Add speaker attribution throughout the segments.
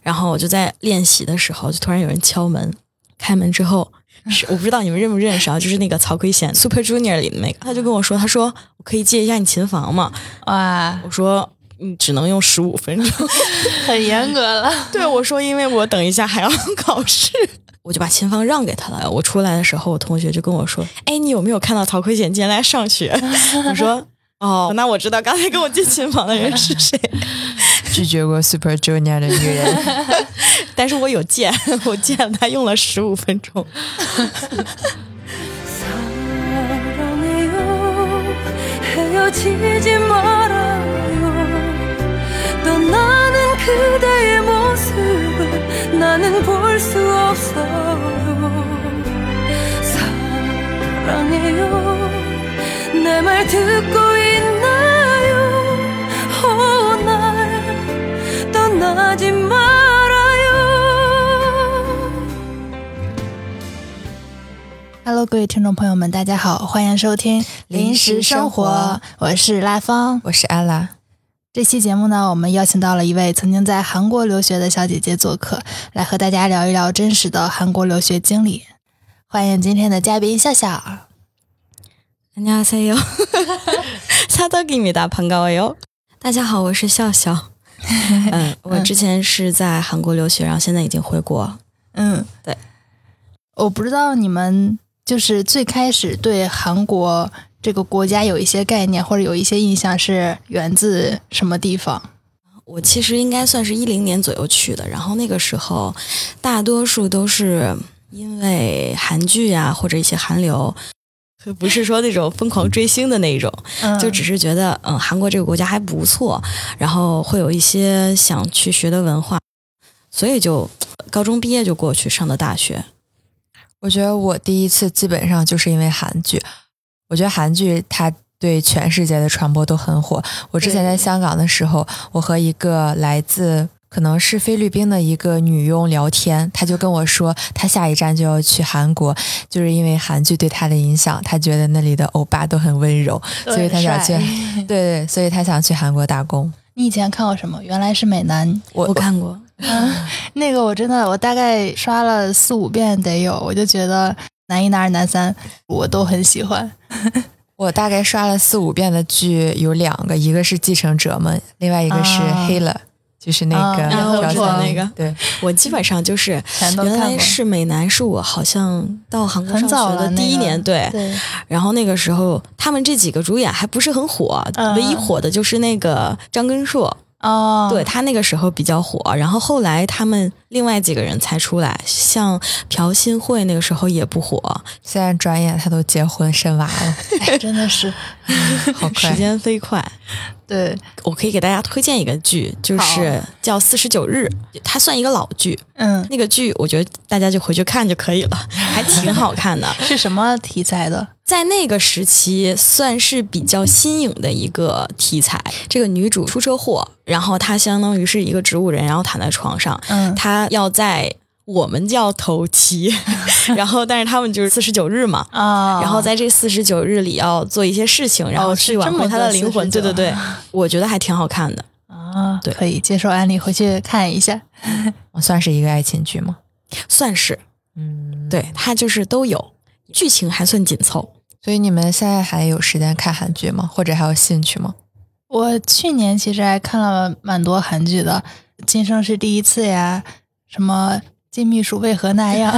Speaker 1: 然后我就在练习的时候，就突然有人敲门，开门之后。是我不知道你们认不认识啊，就是那个曹圭贤嗯 Super Junior 里的那个，他就跟我说，他说我可以借一下你琴房吗？
Speaker 2: 哇，
Speaker 1: 我说你只能用十五分钟，
Speaker 2: 很严格了。
Speaker 1: 对我说，因为我等一下 还要考试，我就把琴房让给他了。我出来的时候，我同学就跟我说，哎，你有没有看到曹圭贤今天来上学？我 说。哦，那我知道刚才跟我进琴房的人是谁，
Speaker 3: 拒绝过 Super Junior 的女人，
Speaker 1: 但是我有借，我借了他用了十五分钟。
Speaker 4: 사랑해요 헤어지지 말아요 떠나는 그대의 모습을 나는 볼 수 없어요 사랑해요 내 말 듣고 있나요 오날 떠나지 말아요
Speaker 5: Hello，各位听众朋友们，大家好，欢迎收听《
Speaker 3: 临时生活
Speaker 5: 我是拉芳。
Speaker 3: 我是安拉。
Speaker 5: 这期节目呢，我们邀请到了一位曾经在韩国留学的小姐姐做客，来和大家聊一聊真实的韩国留学经历。欢迎今天的嘉宾笑笑。
Speaker 1: 안녕하세요. 사덕입니다. 반가워요. 大家好，我是笑笑。 嗯，我之前是在韩国留学，然后现在已经回国了。
Speaker 5: 嗯，
Speaker 1: 对。
Speaker 5: 我不知道你们就是最开始对韩国这个国家有一些概念或者有一些印象是源自什么地方？
Speaker 1: 我其实应该算是一零年左右去的，然后那个时候大多数都是因为韩剧呀、或者一些韩流，不是说那种疯狂追星的那一种，
Speaker 5: 嗯
Speaker 1: 就只是觉得嗯韩国这个国家还不错，然后会有一些想去学的文化，所以就高中毕业就过去上的大学。
Speaker 3: 我觉得我第一次基本上就是因为韩剧，我觉得韩剧它对全世界的传播都很火。我之
Speaker 5: 对
Speaker 3: 前在香港的时候，我和一个来自可能是菲律宾的一个女佣聊天，她就跟我说，她下一站就要去韩国，就是因为韩剧对她的影响，她觉得那里的欧巴都很温柔，
Speaker 5: 都
Speaker 3: 所以
Speaker 5: 很
Speaker 3: 她想去
Speaker 5: 帅，
Speaker 3: 对对，所以她想去韩国打工。
Speaker 5: 你以前看过什么？原来是美男，
Speaker 3: 我
Speaker 1: 我看过，
Speaker 5: 那个我真的我大概刷了四五遍得有，我就觉得男一、男二、男三我都很喜欢。
Speaker 3: 我大概刷了四五遍的剧，有两个，一个是《继承者们》，另外一个是
Speaker 5: 啊
Speaker 3: 《黑了》，就是那个
Speaker 5: 啊
Speaker 1: 然后
Speaker 3: 朴
Speaker 1: 我
Speaker 3: 赞
Speaker 1: 说
Speaker 3: 郁
Speaker 1: 那个，
Speaker 3: 对，
Speaker 1: 我基本上就是
Speaker 5: 全都
Speaker 1: 原
Speaker 5: 看
Speaker 1: 来
Speaker 5: 过
Speaker 1: 是美男，是我好像到韩国
Speaker 5: 很
Speaker 1: 上
Speaker 5: 早
Speaker 1: 学
Speaker 5: 了
Speaker 1: 的
Speaker 5: 那
Speaker 1: 第一
Speaker 5: 个
Speaker 1: 年，对。
Speaker 5: 对，
Speaker 1: 然后那个时候，他们这几个主演还不是很火，
Speaker 5: 嗯
Speaker 1: 唯一火的就是那个张根硕，
Speaker 5: 哦，
Speaker 1: 对，他那个时候比较火。然后后来他们另外几个人才出来，像朴信惠那个时候也不火，
Speaker 3: 虽然转眼他都结婚生娃了，
Speaker 5: 哎真的是
Speaker 3: 好
Speaker 1: 时
Speaker 3: 快。
Speaker 1: 间飞快。
Speaker 5: 对，
Speaker 1: 我可以给大家推荐一个剧，就是叫《四十九日》，它算一个老剧。
Speaker 5: 嗯，
Speaker 1: 那个剧我觉得大家就回去看就可以了，还挺好看的。
Speaker 5: 是什么题材的？
Speaker 1: 在那个时期算是比较新颖的一个题材。这个女主出车祸，然后她相当于是一个植物人，然后躺在床上，
Speaker 5: 嗯
Speaker 1: 她要在我们叫头七， 然后但是他们就是四十九日嘛。
Speaker 5: 啊，
Speaker 1: 然后在这四十九日里要做一些事情，然后
Speaker 5: 哦是
Speaker 1: 去挽
Speaker 5: 这么
Speaker 1: 回她
Speaker 5: 个
Speaker 1: 的灵魂。
Speaker 5: 49
Speaker 1: 对对对，我觉得还挺好看的。
Speaker 5: 啊，
Speaker 1: 对
Speaker 5: 可以接受安利，回去看一下。
Speaker 3: 算是一个爱情剧吗？
Speaker 1: 算是
Speaker 3: 嗯，。
Speaker 1: 对，它就是都有，剧情还算紧凑。
Speaker 3: 所以你们现在还有时间看韩剧吗？或者还有兴趣吗？
Speaker 5: 我去年其实还看了蛮多韩剧的，《今生是第一次》呀，什么《金秘书为何那 样》，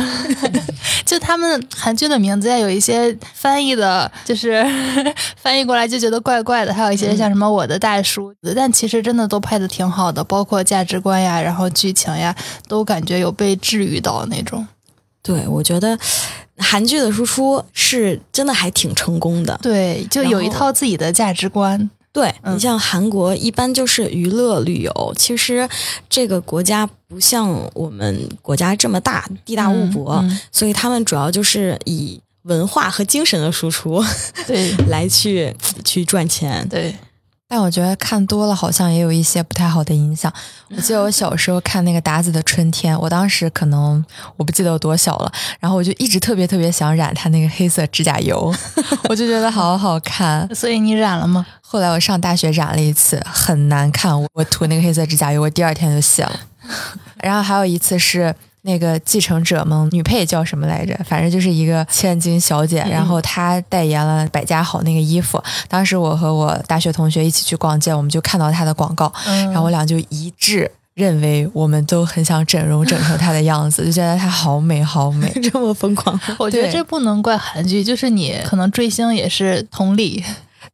Speaker 5: 就他们韩剧的名字呀，有一些翻译的，就是 翻译过来就觉得怪怪的，还有一
Speaker 1: 嗯
Speaker 5: 些像什么《我的大叔》但其实真的都拍的挺好的，包括价值观呀，然后剧情呀，都感觉有被治愈到那种。
Speaker 1: 对，我觉得韩剧的输出是真的还挺成功的。
Speaker 5: 对，就
Speaker 1: 然
Speaker 5: 有一
Speaker 1: 后
Speaker 5: 套自己的价值观。
Speaker 1: 对你
Speaker 5: 嗯
Speaker 1: 像韩国，一般就是娱乐旅游。其实这个国家不像我们国家这么大，地大物博，
Speaker 5: 嗯
Speaker 1: 所以他们主要就是以文化和精神的输出
Speaker 5: 对
Speaker 1: 来去去赚钱。
Speaker 5: 对，
Speaker 3: 但我觉得看多了好像也有一些不太好的影响。我记得我小时候看那个达子的《春天》，我当时可能我不记得有多小了，然后我就一直特别特别想染他那个黑色指甲油， 我就觉得好好看。
Speaker 5: 所以你染了吗？
Speaker 3: 后来我上大学染了一次，很难看。我我涂那个黑色指甲油，我第二天就卸了。 然后还有一次是那个继承者们，女配叫什么来着？反正就是一个千金小姐，然后她代言了百家好那个衣服。当时我和我大学同学一起去逛街，我们就看到她的广告，然后我俩就一致。认为我们都很想整容整成她的样子，就觉得她好美好美。
Speaker 1: 这么疯狂，
Speaker 5: 我觉得
Speaker 3: 对
Speaker 5: 这不能怪韩剧，就是你可能追星也是同理，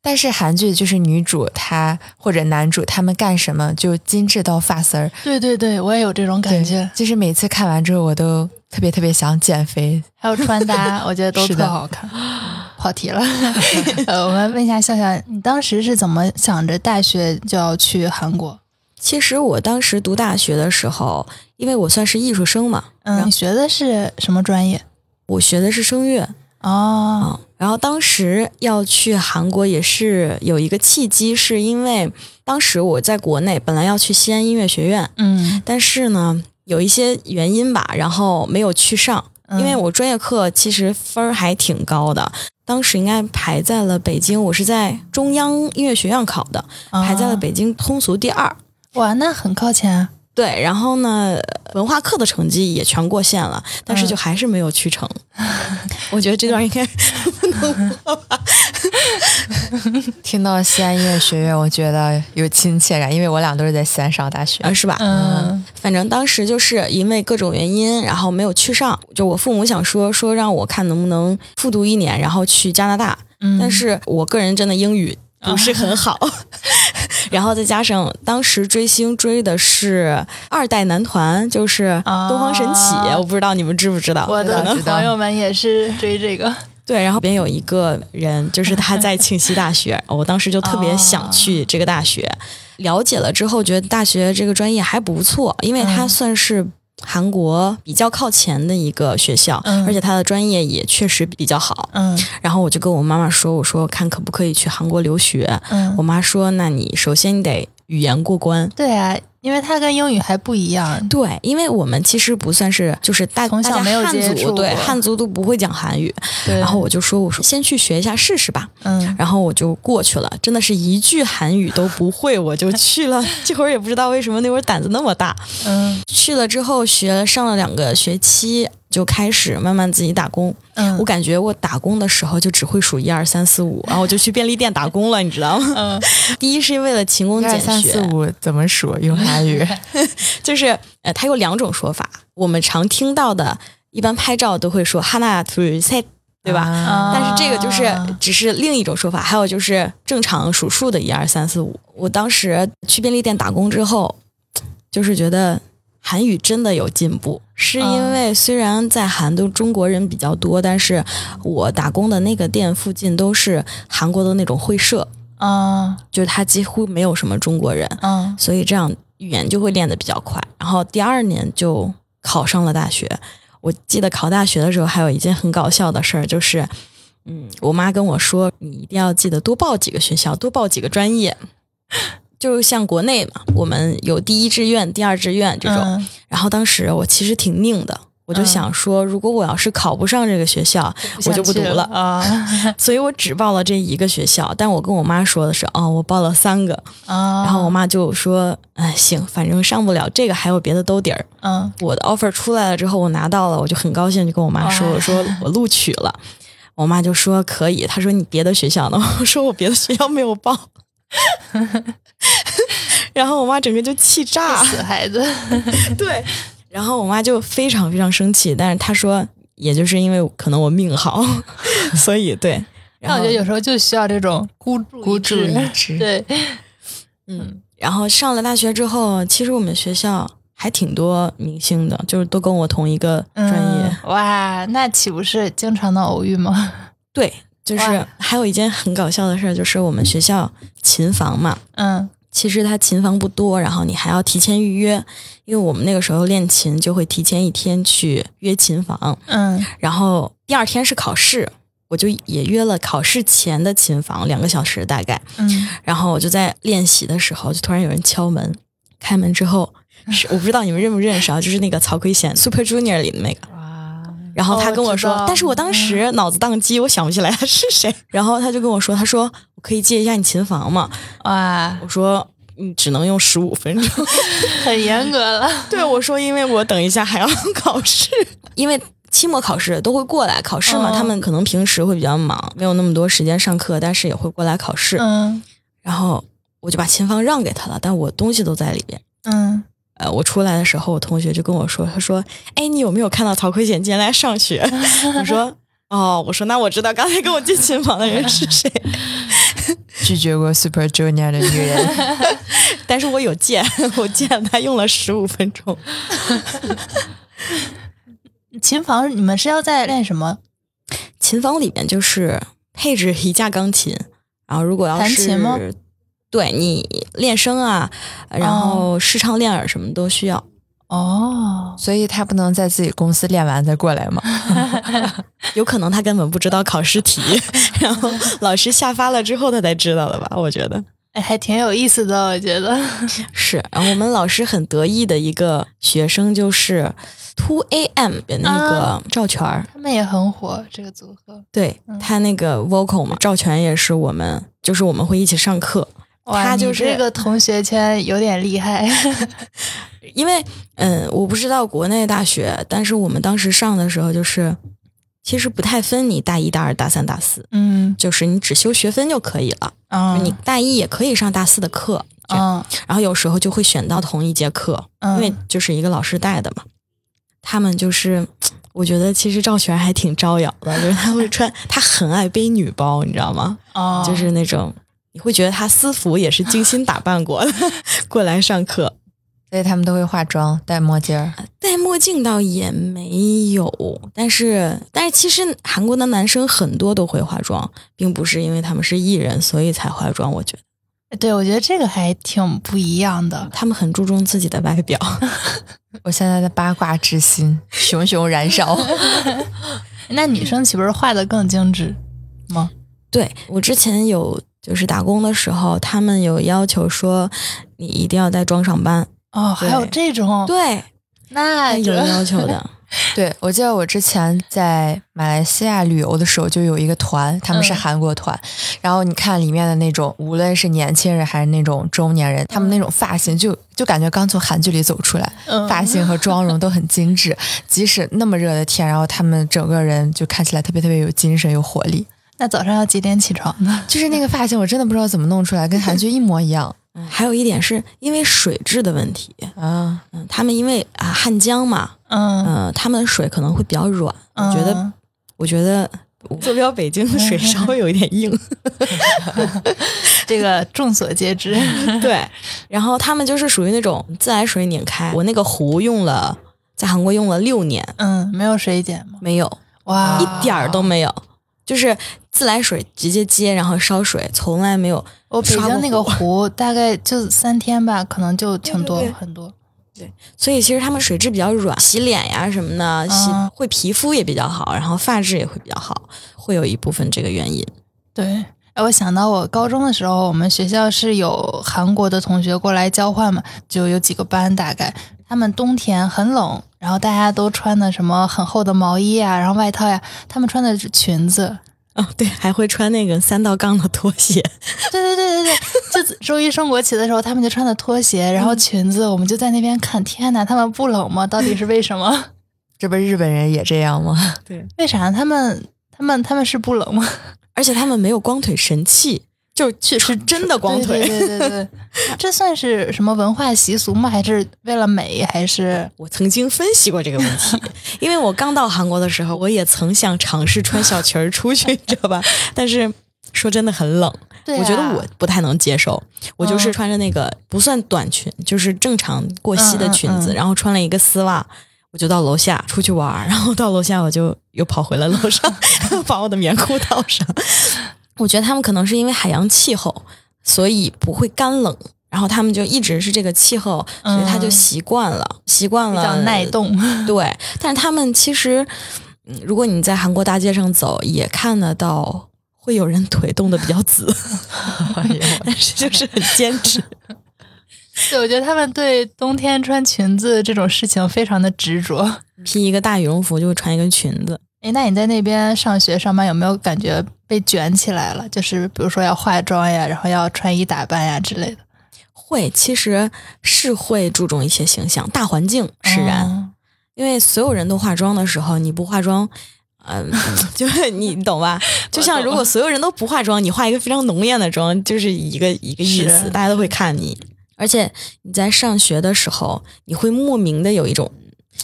Speaker 3: 但是韩剧就是女主她或者男主他们干什么就精致到发丝儿，
Speaker 5: 对对对，我也有这种感
Speaker 3: 对
Speaker 5: 觉。
Speaker 3: 就是每次看完之后我都特别特别想减肥。
Speaker 5: 还有穿搭，我觉得都
Speaker 3: 是
Speaker 5: 特
Speaker 3: 的
Speaker 5: 好 看。跑题了， 呃，我们问一下笑笑，你当时是怎么想着大学就要去韩国？
Speaker 1: 其实我当时读大学的时候，因为我算是艺术生嘛，
Speaker 5: 嗯，你学的是什么专业？
Speaker 1: 我学的是声乐啊、
Speaker 5: 哦，
Speaker 1: 然后当时要去韩国也是有一个契机，是因为当时我在国内本来要去西安音乐学院，
Speaker 5: 嗯，
Speaker 1: 但是呢有一些原因吧，然后没有去上，因为我专业课其实分儿还挺高的。当时应该排在了北京，我是在中央音乐学院考的，排在了北京通俗第二。
Speaker 5: 哇，那很靠前啊。
Speaker 1: 对，然后呢，文化课的成绩也全过线了，但是就还是没有去成。 我觉得这段应该不能播吧。
Speaker 3: 听到西安音乐学院，我觉得有亲切感，因为我俩都是在西安上大学。
Speaker 1: 啊，是吧？
Speaker 5: 嗯
Speaker 1: 反正当时就是因为各种原因，然后没有去上。就我父母想说说让我看能不能复读一年，然后去加拿大。
Speaker 5: 嗯，啊
Speaker 1: 但是我个人真的英语不是很 好，然后再加上当时追星追的是二代男团，就是东方神起，
Speaker 5: 啊
Speaker 1: 我不知道你们知不知道？
Speaker 5: 我的
Speaker 3: 知道知道
Speaker 5: 朋友们也是追这个，
Speaker 1: 对，然后边有一个人，就是他 在庆熙大学，我当时就特别
Speaker 5: 哦
Speaker 1: 想去这个大学，了解了之后觉得大学这个专业还不错，因为
Speaker 5: 嗯
Speaker 1: 它算是韩国比较靠前的一个学校，
Speaker 5: 嗯
Speaker 1: 而且它的专业也确实比较好。
Speaker 5: 嗯
Speaker 1: 然后我就跟我妈妈说，我说看可不可以去韩国留学，
Speaker 5: 嗯
Speaker 1: 我，妈说，那你首先你得语言过关。
Speaker 5: 对啊，因为它跟英语还不一样。
Speaker 1: 对，因为我们其实不算是，就是大
Speaker 5: 从小
Speaker 1: 大家
Speaker 5: 没有
Speaker 1: 汉
Speaker 5: 接
Speaker 1: 族，
Speaker 5: 触
Speaker 1: 对
Speaker 5: 过
Speaker 1: 汉族都不会讲韩语。
Speaker 5: 对，
Speaker 1: 然后我就说，我说先去学一下试试吧。
Speaker 5: 嗯，
Speaker 1: 然后我就过去了，真的是一句韩语都不会，我就去了。 这会儿也不知道为什么那会儿胆子那么大。
Speaker 5: 嗯
Speaker 1: 去了之后学上了两个学期，就开始慢慢自己打工。
Speaker 5: 嗯，
Speaker 1: 我感觉我打工的时候就只会数一二三四五，然后我就去便利店打工了，你知道吗？
Speaker 5: 嗯
Speaker 1: 第一是为了勤工
Speaker 3: 一二
Speaker 1: 俭
Speaker 3: 三四
Speaker 1: 学，
Speaker 3: 五怎么数？用韩 语
Speaker 1: 就是呃，它有两种说法，我们常听到的，一般拍照都会说哈娜图塞，对吧？
Speaker 3: 啊
Speaker 1: 但是这个就是
Speaker 5: 啊
Speaker 1: 只是另一种说法，还有就是正常数数的一二三四五。我当时去便利店打工之后，就是觉得韩语真的有进步，是因为虽然在韩都中国人比较多，但是我打工的那个店附近都是韩国的那种会社，
Speaker 5: 嗯
Speaker 1: 就是它几乎没有什么中国人，
Speaker 5: 嗯
Speaker 1: 所以这样语言就会练得比较快。然后第二年就考上了大学。我记得考大学的时候，还有一件很搞笑的事儿，就是，嗯，我妈跟我说，你一定要记得多报几个学校，多报几个专业。 就是像国内嘛，我们有第一志愿、第二志愿这种。
Speaker 5: 嗯
Speaker 1: 然后当时我其实挺拧的，我就想说，如果我要是考不上这个学校，我就不读
Speaker 5: 想去
Speaker 1: 了。
Speaker 5: 啊
Speaker 1: 所以我只报了这一个学校。但我跟我妈说的是，哦，我报了三个。
Speaker 5: 啊！
Speaker 1: 然后我妈就说：“哎，行，反正上不了这个，还有别的兜底儿。
Speaker 5: 嗯”
Speaker 1: 我的 offer 出来了之后，我拿到了，我就很高兴，就跟我妈说：“
Speaker 5: 哇
Speaker 1: 我 说我录取了。”我妈就说：“可以。”她说：“你别的学校呢？” 我说：“我别的学校没有 报。”然后我妈整个就气炸，
Speaker 5: 死孩子，
Speaker 1: 对。然后我妈就非常非常生气，但是她说，也就是因为可能我命好， 所以对。然
Speaker 5: 但我
Speaker 1: 后
Speaker 5: 觉得有时候就需要这种孤
Speaker 3: 孤注一
Speaker 5: 掷，
Speaker 3: 掷。
Speaker 5: 对，
Speaker 1: 嗯，然后上了大学之后，其实我们学校还挺多明星的，就是都跟我同一个专业。
Speaker 5: 嗯哇，那岂不是经常能偶遇吗？
Speaker 1: 对，就是
Speaker 5: 哇
Speaker 1: 还有一件很搞笑的事儿，就是我们学校琴房嘛，
Speaker 5: 嗯
Speaker 1: 其实它琴房不多，然后你还要提前预约，因为我们那个时候练琴就会提前一天去约琴房，
Speaker 5: 嗯
Speaker 1: 然后第二天是考试。我就也约了考试前的琴房，两个小时大概。
Speaker 5: 嗯，
Speaker 1: 然后我就在练习的时候，就突然有人敲门，开门之后是我不知道你们认不认 识啊，就是那个曹圭贤 Super Junior 里的那个。然后
Speaker 5: 哦
Speaker 1: 他
Speaker 5: 我
Speaker 1: 跟我
Speaker 5: 知
Speaker 1: 说，
Speaker 5: 道
Speaker 1: 但是我当时脑子宕机，我想不起来 他是谁。然后他就跟我说，他说我可以借一下你琴房吗？
Speaker 5: 哇，
Speaker 1: 我说你只能用十五分 钟。
Speaker 5: 很严格了。
Speaker 1: 对我说，因为我等一下还要考试， 因为期末考试都会过来考试嘛，
Speaker 5: 哦
Speaker 1: 他们可能平时会比较忙，没有那么多时间上课，但是也会过来考试。
Speaker 5: 嗯
Speaker 1: 然后我就把琴房让给他了，但我东西都在里边。
Speaker 5: 嗯，
Speaker 1: 呃，我出来的时候，我同学就跟我说，他说：“哎，你有没有看到曹奎简今天来上学？” 我说：“哦，我说那我知道刚才跟我进琴房的人是谁，
Speaker 3: 拒绝过 Super Junior 的女人，
Speaker 1: 但是我有借，我借了他用了十五分钟。
Speaker 5: 琴房你们是要在练什么？
Speaker 1: 琴房里面就是配置一架钢琴，然后如果要
Speaker 5: 弹
Speaker 1: 是
Speaker 5: 琴吗
Speaker 1: 对你练声啊，然后视唱练耳什么都需要。
Speaker 5: 哦，
Speaker 3: 所以她不能在自己公司练完再过来吗？
Speaker 1: 有可能他根本不知道考试题， 然后老师下发了之后他才知道的吧？我觉得
Speaker 5: 哎，还挺有意思的，我觉得。
Speaker 1: 是。然后我们老师很得意的一个学生就是 Two A.M. 的那个
Speaker 5: 啊嗯
Speaker 1: 赵全儿，
Speaker 5: 他们也很火，这个组合。
Speaker 1: 对他那个 vocal 嘛，赵全也是我们，就是我们会一起上课。
Speaker 5: 哇
Speaker 1: 他
Speaker 5: 你
Speaker 1: 就是
Speaker 5: 这个同学圈有点厉害。
Speaker 1: 因为嗯，我不知道国内大学，但是我们当时上的时候就是，其实不太分你大一、大二、大三、大四，
Speaker 5: 嗯
Speaker 1: 就是你只修学分就可以了。
Speaker 5: 嗯，
Speaker 1: 你大一也可以上大四的课，这样
Speaker 5: 嗯
Speaker 1: 然后有时候就会选到同一节课，因
Speaker 5: 嗯
Speaker 1: 为就是一个老师带的嘛。他们就是，我觉得其实赵璇还挺招摇 的，就是他会穿，他很爱背女包，你知道吗？
Speaker 5: 哦，
Speaker 1: 就是那种你会觉得他私服也是精心打扮过的， 过来上课。
Speaker 3: 所以他们都会化妆、戴墨镜儿。
Speaker 1: 戴墨镜倒也没有，但是但是其实韩国的男生很多都会化妆，并不是因为他们是艺人所以才化妆，我觉得
Speaker 5: 对，我觉得这个还挺不一样的。
Speaker 1: 他们很注重自己的外表。
Speaker 3: 我现在的八卦之心熊熊燃烧。
Speaker 5: 那女生岂不是画的更精致吗？
Speaker 1: 对我之前有就是打工的时候，他们有要求说你一定要带妆上班，
Speaker 5: 哦，还有
Speaker 1: 对
Speaker 5: 这种，
Speaker 1: 对，
Speaker 5: 那
Speaker 1: 有
Speaker 5: 这
Speaker 1: 要求的。
Speaker 3: 对，我记得我之前在马来西亚旅游的时候，就有一个团，他们是
Speaker 5: 嗯
Speaker 3: 韩国团，然后你看里面的那种，无论是年轻人还是那种中年人，他们那种发型就就感觉刚从韩剧里走出来，
Speaker 5: 嗯
Speaker 3: 发型和妆容都很精致，即使那么热的天，然后他们整个人就看起来特别特别有精神、有活力。
Speaker 5: 那早上要几点起床呢？
Speaker 3: 就是那个发型，我真的不知道怎么弄出来，跟韩剧一模一样
Speaker 1: 嗯还有一点是因为水质的问题，
Speaker 3: 啊！
Speaker 1: 嗯，他们因为啊汉江嘛，
Speaker 5: 嗯，
Speaker 1: 嗯、他们的水可能会比较软，我觉得
Speaker 5: 嗯
Speaker 1: 我觉得嗯坐标北京的水稍微有一点硬，
Speaker 5: 这个众所皆 知。
Speaker 1: 对。然后他们就是属于那种自来水拧开，我那个壶用了，在韩国用了六年，
Speaker 5: 嗯，没有水碱吗？
Speaker 1: 没有
Speaker 5: 哇，
Speaker 1: 一点儿都没有，就是自来水直接接，然后烧水，从来没有。
Speaker 5: 我北
Speaker 1: 刷过
Speaker 5: 京那个
Speaker 1: 火
Speaker 5: 湖大概就三天吧，可能就挺多
Speaker 1: 对对对
Speaker 5: 很多。
Speaker 1: 所以其实他们水质比较软，洗脸呀什么的，洗
Speaker 5: 嗯
Speaker 1: 会皮肤也比较好，然后发质也会比较好，会有一部分这个原因。
Speaker 5: 对，哎，我想到我高中的时候，我们学校是有韩国的同学过来交换嘛，就有几个班大概，他们冬天很冷，然后大家都穿的什么很厚的毛衣啊，然后外套呀、他们穿的是裙子。
Speaker 1: 哦，对，还会穿那个三道杠的拖鞋，
Speaker 5: 对对对对对，就周一升国旗的时候，他们就穿的拖鞋，然后裙子，我们就在那边看，天呐，他们不冷吗？到底是为什么？
Speaker 3: 这不是日本人也这样吗？
Speaker 5: 为啥他们他们他们是不冷吗？
Speaker 1: 而且他们没有光腿神器，就是确实真的光腿。
Speaker 5: 对对对对对， 这算是什么文化习俗吗？还是为了美？还是
Speaker 1: 我曾经分析过这个问题，因为我刚到韩国的时候，我也曾想尝试穿小裙儿出去，你 知道吧？但是说真的很冷，
Speaker 5: 对啊嗯
Speaker 1: 我觉得我不太能接受。我就是穿着那个不算短裙，就是正常过膝的裙子，
Speaker 5: 嗯嗯嗯
Speaker 1: 然后穿了一个丝袜，我就到楼下出去玩儿， 然后到楼下我就又跑回了楼 上，把我的棉裤套上。我觉得他们可能是因为海洋气候，所以不会干冷。然后他们就一直是这个气候，所以他就
Speaker 5: 嗯
Speaker 1: 习惯了，习惯
Speaker 5: 比
Speaker 1: 了
Speaker 5: 较耐冻？
Speaker 1: 对，但是他们其实，嗯，如果你在韩国大街上走，也看得到会有人腿冻得比较紫，但是就是很坚持。
Speaker 5: 对，我觉得他们对冬天穿裙子这种事情非常的执着。
Speaker 1: 披一个大羽绒服，就会穿一个裙子。
Speaker 5: 哎，那你在那边上学上班有没有感觉被卷起来了？就是比如说要化妆呀，然后要穿衣打扮呀之类的。
Speaker 1: 会其实是会注重一些形象，大环境使然。
Speaker 5: 嗯
Speaker 1: 因为所有人都化妆的时候，你不化妆，嗯，就是你你懂吧？就像如果所有人都不化妆，你化一个非常浓艳的妆，就是一个一个意思，
Speaker 5: 是
Speaker 1: 大家都会看你。而且你在上学的时候，你会莫名的有一种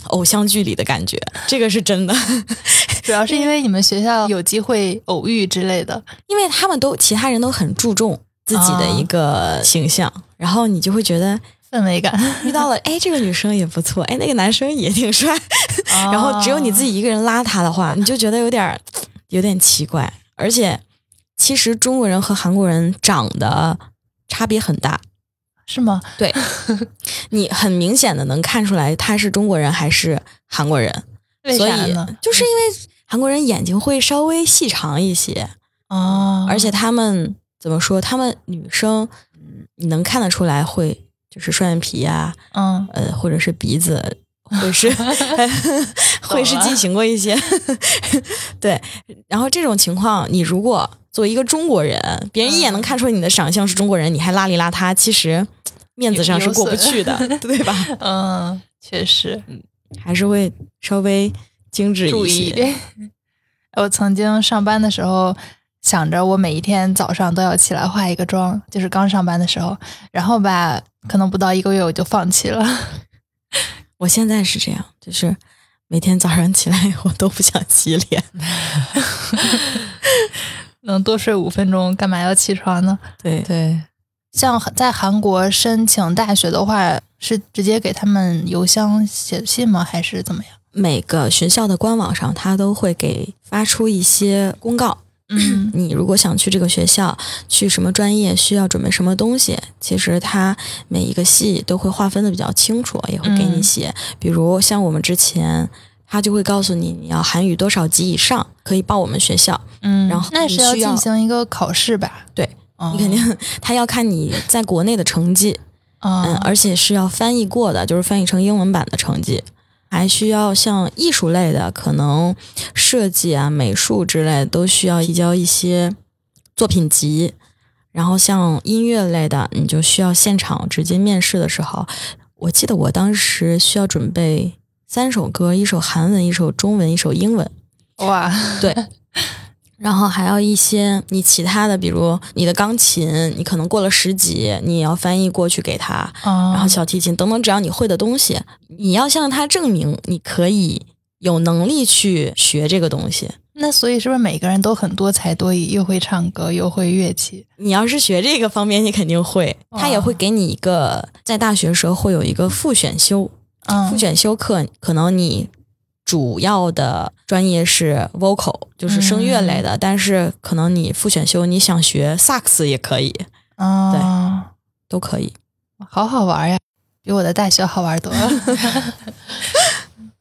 Speaker 1: 偶像剧里的感觉，这个是真的，
Speaker 5: 主要是因为你们学校有机会偶遇之类的，
Speaker 1: 因为他们都其他人都很注重自己的一个形象，然后你就会觉得
Speaker 5: 氛围感。
Speaker 1: 遇到了，哎，这个女生也不错，哎，那个男生也挺帅，然后只有
Speaker 5: 哦
Speaker 1: 你自己一个人邋遢的话，你就觉得有点儿有点奇怪。而且，其实中国人和韩国人长得差别很大，
Speaker 5: 是吗？
Speaker 1: 对你很明显的能看出来他是中国人还是韩国人，
Speaker 5: 为
Speaker 1: 所以
Speaker 5: 啥呢？嗯
Speaker 1: 就是因为韩国人眼睛会稍微细长一些，
Speaker 5: 哦，
Speaker 1: 而且他们怎么说，他们女生嗯你能看得出来会就是双眼皮呀、
Speaker 5: 嗯，
Speaker 1: 呃，或者是鼻子，会 是呃会是
Speaker 5: 懂了
Speaker 1: 进行过一些 对，然后这种情况，你如果作为一个中国人，别人一眼
Speaker 5: 嗯
Speaker 1: 能看出你的长相是中国人，你还邋里邋遢，其实面子上是过不去的， 对吧？
Speaker 5: 嗯，确实
Speaker 1: 还是会稍微精致
Speaker 5: 注
Speaker 1: 些
Speaker 5: 意。 我曾经上班的时候，想着我每一天早上都要起来化一个妆，就是刚上班的时候，然后吧，可能不到一个月我就放弃了。
Speaker 1: 我现在是这样，就是每天早上起来 我都不想洗脸，
Speaker 5: 能多睡五分钟，干嘛要起床呢？
Speaker 1: 对，
Speaker 3: 对，
Speaker 5: 像在韩国申请大学的话，是直接给他们邮箱写信吗？还是怎么样？
Speaker 1: 每个学校的官网上，它都会给发出一些公告，
Speaker 5: 嗯
Speaker 1: 你如果想去这个学校，去什么专业，需要准备什么东西，其实它每一个系都会划分的比较清楚，也会给你
Speaker 5: 嗯
Speaker 1: 写。比如像我们之前，他就会告诉你你要韩语多少级以上可以报我们学校，
Speaker 5: 嗯
Speaker 1: 然后
Speaker 5: 那是要
Speaker 1: 你需要
Speaker 5: 进行一个考试吧？
Speaker 1: 对
Speaker 5: 哦，
Speaker 1: 你肯 定 他要看你在国内的成绩，嗯，
Speaker 5: 啊，
Speaker 1: 而且是要翻译过的，就是翻译成英文版的成绩。还需要像艺术类的，可能设计啊、美术之类都需要提交一些作品集。然后像音乐类的，你就需要现场直接面试的时候，我记得我当时需要准备三首歌，一首韩文，一首中文，一首英文。
Speaker 5: 哇，
Speaker 1: 对，然后还要一些你其他的，比如你的钢琴，你可能过了十级，你也要翻译过去给他，
Speaker 5: 啊
Speaker 1: 然后小提琴等等，只要你会的东西，你要向他证明你可以有能力去学这个东西。
Speaker 5: 那所以是不是每个人都很多才多艺，又会唱歌，又会乐器？
Speaker 1: 你要是学这个方面，你肯定会。他也会给你一个在大学时候会有一个副选修，
Speaker 5: 嗯
Speaker 1: 副选修课可能你主要的专业是 vocal，就是声乐类的，但是可能你副选修你想学萨克斯也可以，
Speaker 5: 啊，
Speaker 1: 都可以。
Speaker 5: 好好玩呀，比我的大学好玩多 了。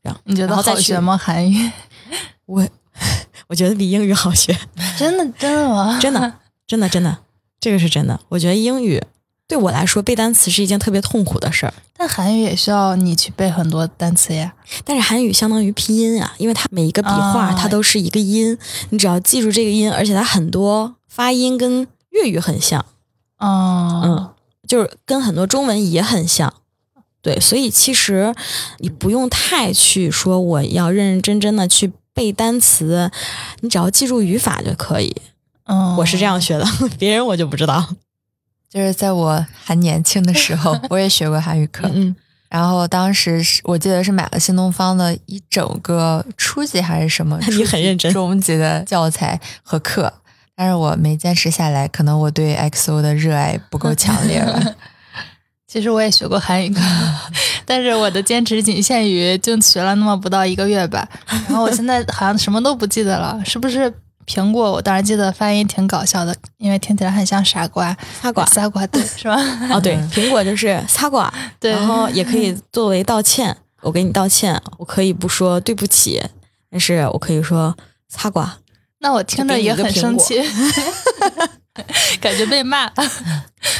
Speaker 1: 然后
Speaker 5: 你觉
Speaker 1: 然
Speaker 5: 得
Speaker 1: 后再
Speaker 5: 好
Speaker 1: 去
Speaker 5: 学吗？韩语
Speaker 1: 我我觉得比英语好学，
Speaker 5: 真的真的吗？
Speaker 1: 真的，真的，真的，这个是真的。我觉得英语对我来说背单词是一件特别痛苦的事儿，
Speaker 5: 但韩语也需要你去背很多单词呀。
Speaker 1: 但是韩语相当于拼音啊，因为它每一个笔画
Speaker 5: 啊
Speaker 1: 它都是一个音，你只要记住这个音，而且它很多发音跟粤语很像。
Speaker 5: 哦，
Speaker 1: 嗯，就是跟很多中文也很像。对，所以其实你不用太去说我要认认真真的去背单词，你只要记住语法就可以。
Speaker 5: 嗯，
Speaker 1: 我是这样学的， 别人我就不知道。
Speaker 3: 就是在我还年轻的时候，我也学过韩语课。
Speaker 1: 嗯
Speaker 3: 然后当时是我记得是买了新东方的一整个初级还是 什么，
Speaker 1: 那你很认真
Speaker 3: 初级中级的教材和课，但是我没坚持下来，可能我对 XO 的热爱不够强烈吧。
Speaker 5: 其实我也学过韩 语课，但是我的坚持仅限于就学了那么不到一个月吧。然后我现在好像什么都不记得了，是不是？苹果，我当然记得发音挺搞笑的，因为听起来很像傻瓜。
Speaker 1: 擦瓜
Speaker 5: 傻瓜，对，是吧？
Speaker 1: 哦，对，苹果就是擦瓜，
Speaker 5: 对
Speaker 1: 然后也可以作为道歉，我给你道歉，我可以不说对不起，但是我可以说擦瓜。
Speaker 5: 那我听着也很生气， 感觉被骂。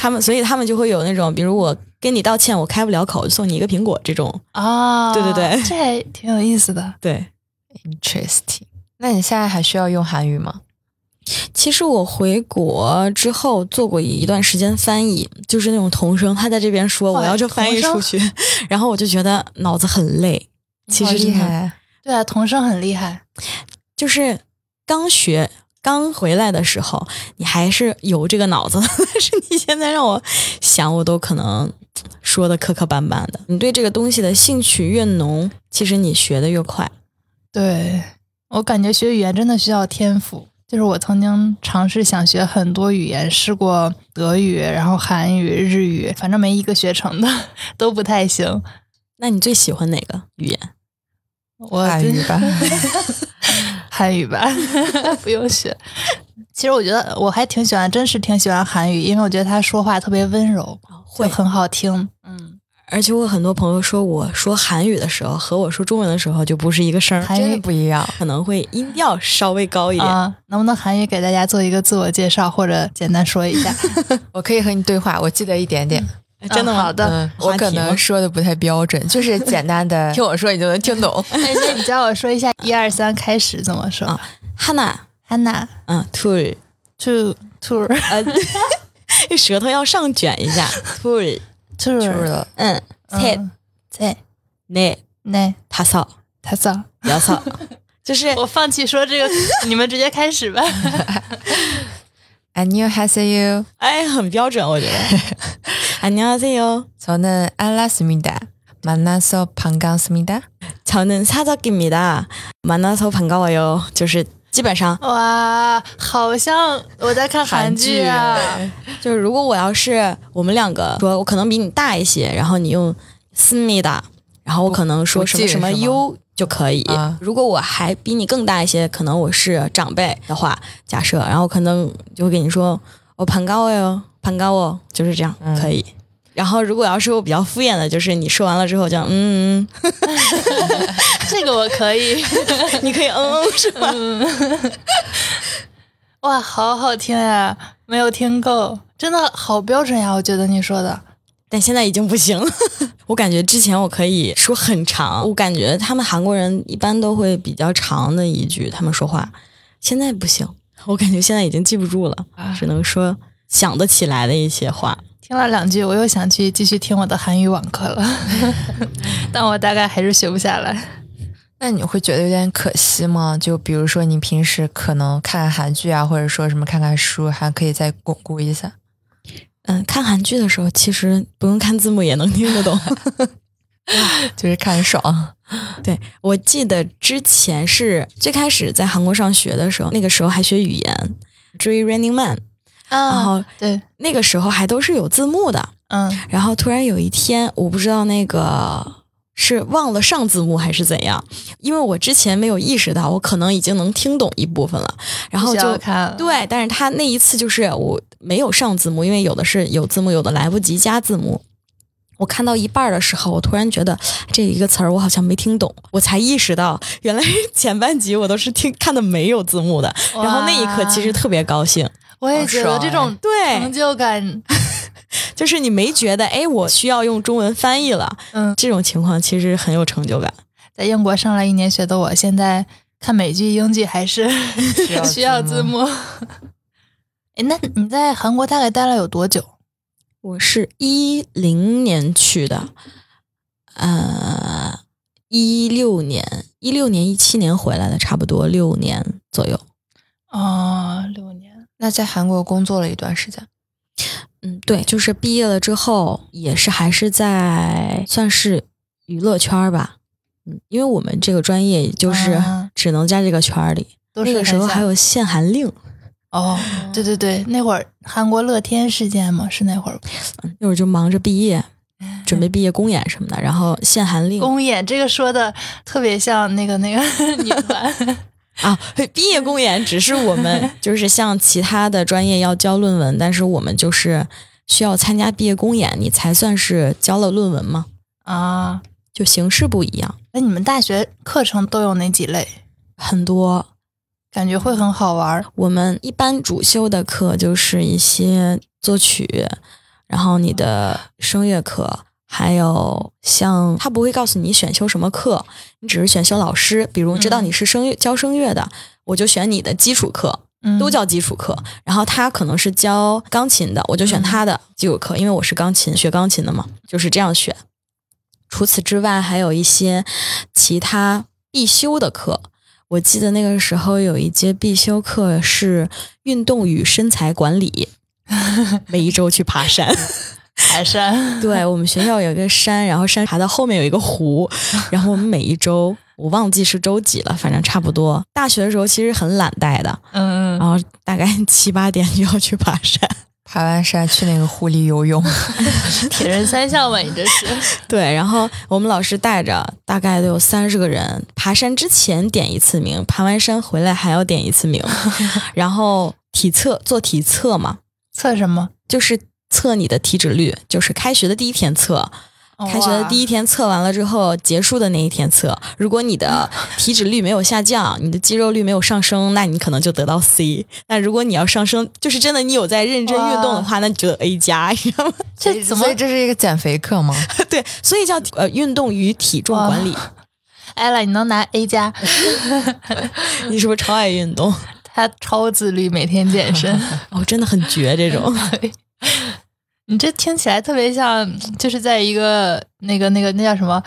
Speaker 1: 他们所以他们就会有那种，比如我跟你道歉，我开不了口，送你一个苹果这种。
Speaker 5: 哦，
Speaker 1: 对对对
Speaker 5: 这还挺有意思的。
Speaker 1: 对，
Speaker 3: Interesting。那你现在还需要用韩语吗？
Speaker 1: 其实我回国之后做过一段时间翻译，就是那种同声，他在这边说
Speaker 5: 哇
Speaker 1: 我要这翻译出
Speaker 5: 同
Speaker 1: 去， 然后我就觉得脑子很累。其
Speaker 3: 好
Speaker 1: 实
Speaker 3: 厉
Speaker 1: 真的
Speaker 3: 害，
Speaker 5: 对啊，童声很厉害，
Speaker 1: 就是刚学刚回来的时候，你还是有这个脑子的， 但是你现在让我想，我都可能说的磕磕绊绊的。你对这个东西的兴趣越浓，其实你学的越快。
Speaker 5: 对我感觉学语言真的需要天赋。就是我曾经尝试想学很多语言，试过德语，然后韩语、日语，反正没一个学成的， 都不太行。
Speaker 1: 那你最喜欢哪个语言？
Speaker 5: 我
Speaker 3: 汉
Speaker 5: 真
Speaker 3: 语吧，
Speaker 5: 韩语吧， 不用学。其实我觉得我还挺喜欢，真是挺喜欢韩语，因为我觉得他说话特别温柔，
Speaker 1: 会
Speaker 5: 就很好听。嗯，
Speaker 1: 而且我很多朋友说，我说韩语的时候和我说中文的时候就不是一个声儿，
Speaker 5: 韩
Speaker 3: 真的
Speaker 5: 语
Speaker 3: 不一样。
Speaker 1: 可能会音调稍微高一点。
Speaker 5: 啊，能不能韩语给大家做一个自我介绍，或者简单说 一下？
Speaker 3: 我可以和你对话，我记得一点点。
Speaker 1: 哎啊真的
Speaker 5: 嗯
Speaker 1: 吗？
Speaker 5: 好的
Speaker 3: 嗯，我
Speaker 1: 滑
Speaker 3: 可
Speaker 1: 题吗
Speaker 3: 能说的不太标准，就是简单的 听我说，你就能听懂。
Speaker 5: 那哎那你教我说一下一二三开始怎么说
Speaker 1: 啊哈娜，
Speaker 5: ？Hanna
Speaker 1: 嗯，tour，
Speaker 5: to tour
Speaker 1: 呃， 舌头要上卷一下，tour，
Speaker 5: tour
Speaker 3: 了，
Speaker 1: 嗯，tip，
Speaker 5: 在
Speaker 1: 那
Speaker 5: 那
Speaker 1: 他扫，
Speaker 5: 他早，
Speaker 1: 摇扫， 就是
Speaker 5: 我放弃说这个， 你们直接开始吧。
Speaker 3: 안녕하세요，
Speaker 1: 哎，很标准，我觉得。 안녕하세요，
Speaker 3: 저는알라스미다만나서반갑습니다。
Speaker 1: 저는사적입니다만나서반가워요，就是基本上
Speaker 5: 哇，好像我在看韩剧啊！
Speaker 1: 就是如果我要是我们两个说，我可能比你大一些，然后你用思密达，然后我可能说
Speaker 3: 不
Speaker 1: 什么
Speaker 3: 近
Speaker 1: 什么
Speaker 3: 是吗
Speaker 1: U 就可以。
Speaker 3: 啊
Speaker 1: 如果我还比你更大一些，可能我是长辈的话，假设，然后可能就会给你说我盘高我哟，盘高我，就是这样、
Speaker 3: 嗯
Speaker 1: 可以。然后如果要是我比较敷衍的，就是你说完了之后就嗯，
Speaker 5: 这个我可以，
Speaker 1: 嗯 你可以嗯嗯是吧？
Speaker 5: 哇，好好听呀、没有听够，真的好标准呀、我觉得你说的，
Speaker 1: 但现在已经不行了。 我感觉之前我可以说很长，我感觉他们韩国人一般都会比较长的一句，他们说话，现在不行，我感觉现在已经记不住了，
Speaker 3: 啊
Speaker 1: 只能说想得起来的一些话。
Speaker 5: 听了两句，我又想去继续听我的韩语网课了，但我大概还是学不下来。
Speaker 3: 那你会觉得有点可惜吗？就比如说你平时可能看看韩剧啊，或者说什么看看书，还可以再巩固一下。
Speaker 1: 嗯，看韩剧的时候其实不用看字幕也能听得 懂。
Speaker 3: 就是看爽，
Speaker 1: 对，我记得之前是最开始在韩国上学的时候，那个时候还学语言，追《Running Man》，然
Speaker 5: 啊，
Speaker 1: 后
Speaker 5: 对，
Speaker 1: 那个时候还都是有字幕的。
Speaker 5: 嗯，
Speaker 1: 然后突然有一天，我不知道那个是忘了上字幕还是怎样，因为我之前没有意识到，我可能已经能听懂一部分了，然后
Speaker 5: 不需要
Speaker 1: 就。
Speaker 5: 看了，
Speaker 1: 对，但是他那一次就是我没有上字幕，因为有的是有字幕，有的来不及加字幕。我看到一半儿的时候，我突然觉得这一个词儿我好像没听懂，我才意识到原来前半集我都是听看的没有字幕的。
Speaker 5: 哇
Speaker 1: 然后那一刻其实特别高兴，
Speaker 5: 我也觉得
Speaker 3: 好爽
Speaker 5: 这种
Speaker 1: 对，
Speaker 5: 成就感，
Speaker 1: 就是你没觉得，哎，我需要用中文翻译了，
Speaker 5: 嗯，
Speaker 1: 这种情况其实很有成就感。
Speaker 5: 在英国上了一年学的我，现在看美剧、英剧还是需 要字幕。哎，那你在韩国大概待了有多久？
Speaker 1: 我是一零年去的，呃，一六年、一六年、一七年回来的，差不多六年左右。
Speaker 5: 哦，六年。
Speaker 3: 那在韩国工作了一段时间，
Speaker 1: 嗯，对，就是毕业了之后，也是还是在算是娱乐圈儿吧。嗯，因为我们这个专业就是
Speaker 5: 啊
Speaker 1: 只能在这个圈儿里。
Speaker 5: 都
Speaker 1: 那
Speaker 5: 是
Speaker 1: 个时
Speaker 5: 很
Speaker 1: 候
Speaker 5: 像
Speaker 1: 还有限韩令，
Speaker 5: 哦，对对对，那会儿韩国乐天事件嘛，是那会儿
Speaker 1: 那会儿就忙着毕业，准备毕业公演什么的，然后限韩令
Speaker 5: 公演，这个说的特别像那个那 个女团，
Speaker 1: 啊，毕业公演只是我们就是像其他的专业要交论文，但是我们就是需要参加毕业公演，你才算是交了论文嘛，
Speaker 5: 啊。
Speaker 1: 就形式不一样，
Speaker 5: 那你们大学课程都有哪几类？
Speaker 1: 很多。
Speaker 5: 感觉会很好玩儿。
Speaker 1: 我们一般主修的课就是一些作曲，然后你的声乐课，还有像他不会告诉你选修什么课，你只是选修老师，比如知道你是声乐教声乐的，我就选你的基础课，
Speaker 5: 嗯
Speaker 1: 都叫基础课。然后他可能是教钢琴的，我就选他的基础课，因为我是钢琴学钢琴的嘛，就是这样选。除此之外，还有一些其他必修的课。我记得那个时候有一节必修课是运动与身材管 理，每一周去爬山。
Speaker 5: 海参，
Speaker 1: 对我们学校有一个山，然后山爬到后面有一个 湖，然后我们每一周我忘记是周几了，反正差不多。大学的时候其实很懒怠的，
Speaker 5: 嗯
Speaker 1: 然后大概 七八点就要去爬山。
Speaker 3: 爬完山去那个湖里游 泳，
Speaker 5: 嗯，铁人三项吧，你这是
Speaker 1: 对，然后我们老师带着大概都有三十个人，爬山之前点一次名，爬完山回来还要点一次名，然后体测做体测嘛，
Speaker 5: 测什么？
Speaker 1: 就是测你的体脂率，就是开学的第一天测，
Speaker 5: 哦
Speaker 1: 开学的第
Speaker 5: 一，
Speaker 1: 一天测完了之后，结束的那一天测，如果你的体脂率没有下降，你的肌肉率没有上升，那你可能就得到 C。那如果你要上升，就是真的你有在认真运动的话，那你就得 A 加，你知道吗？
Speaker 5: 这怎么
Speaker 3: 所以这是一个减肥课吗？
Speaker 1: 对，所以叫呃运动与体重管理。
Speaker 5: 艾哎拉，你能拿 A 加？
Speaker 1: 你是不是超爱运动？
Speaker 5: 他超自律，每天健身。
Speaker 1: 哦，真的很绝这种。
Speaker 5: 你这听起来特别像，就是在一个那个那个那叫什么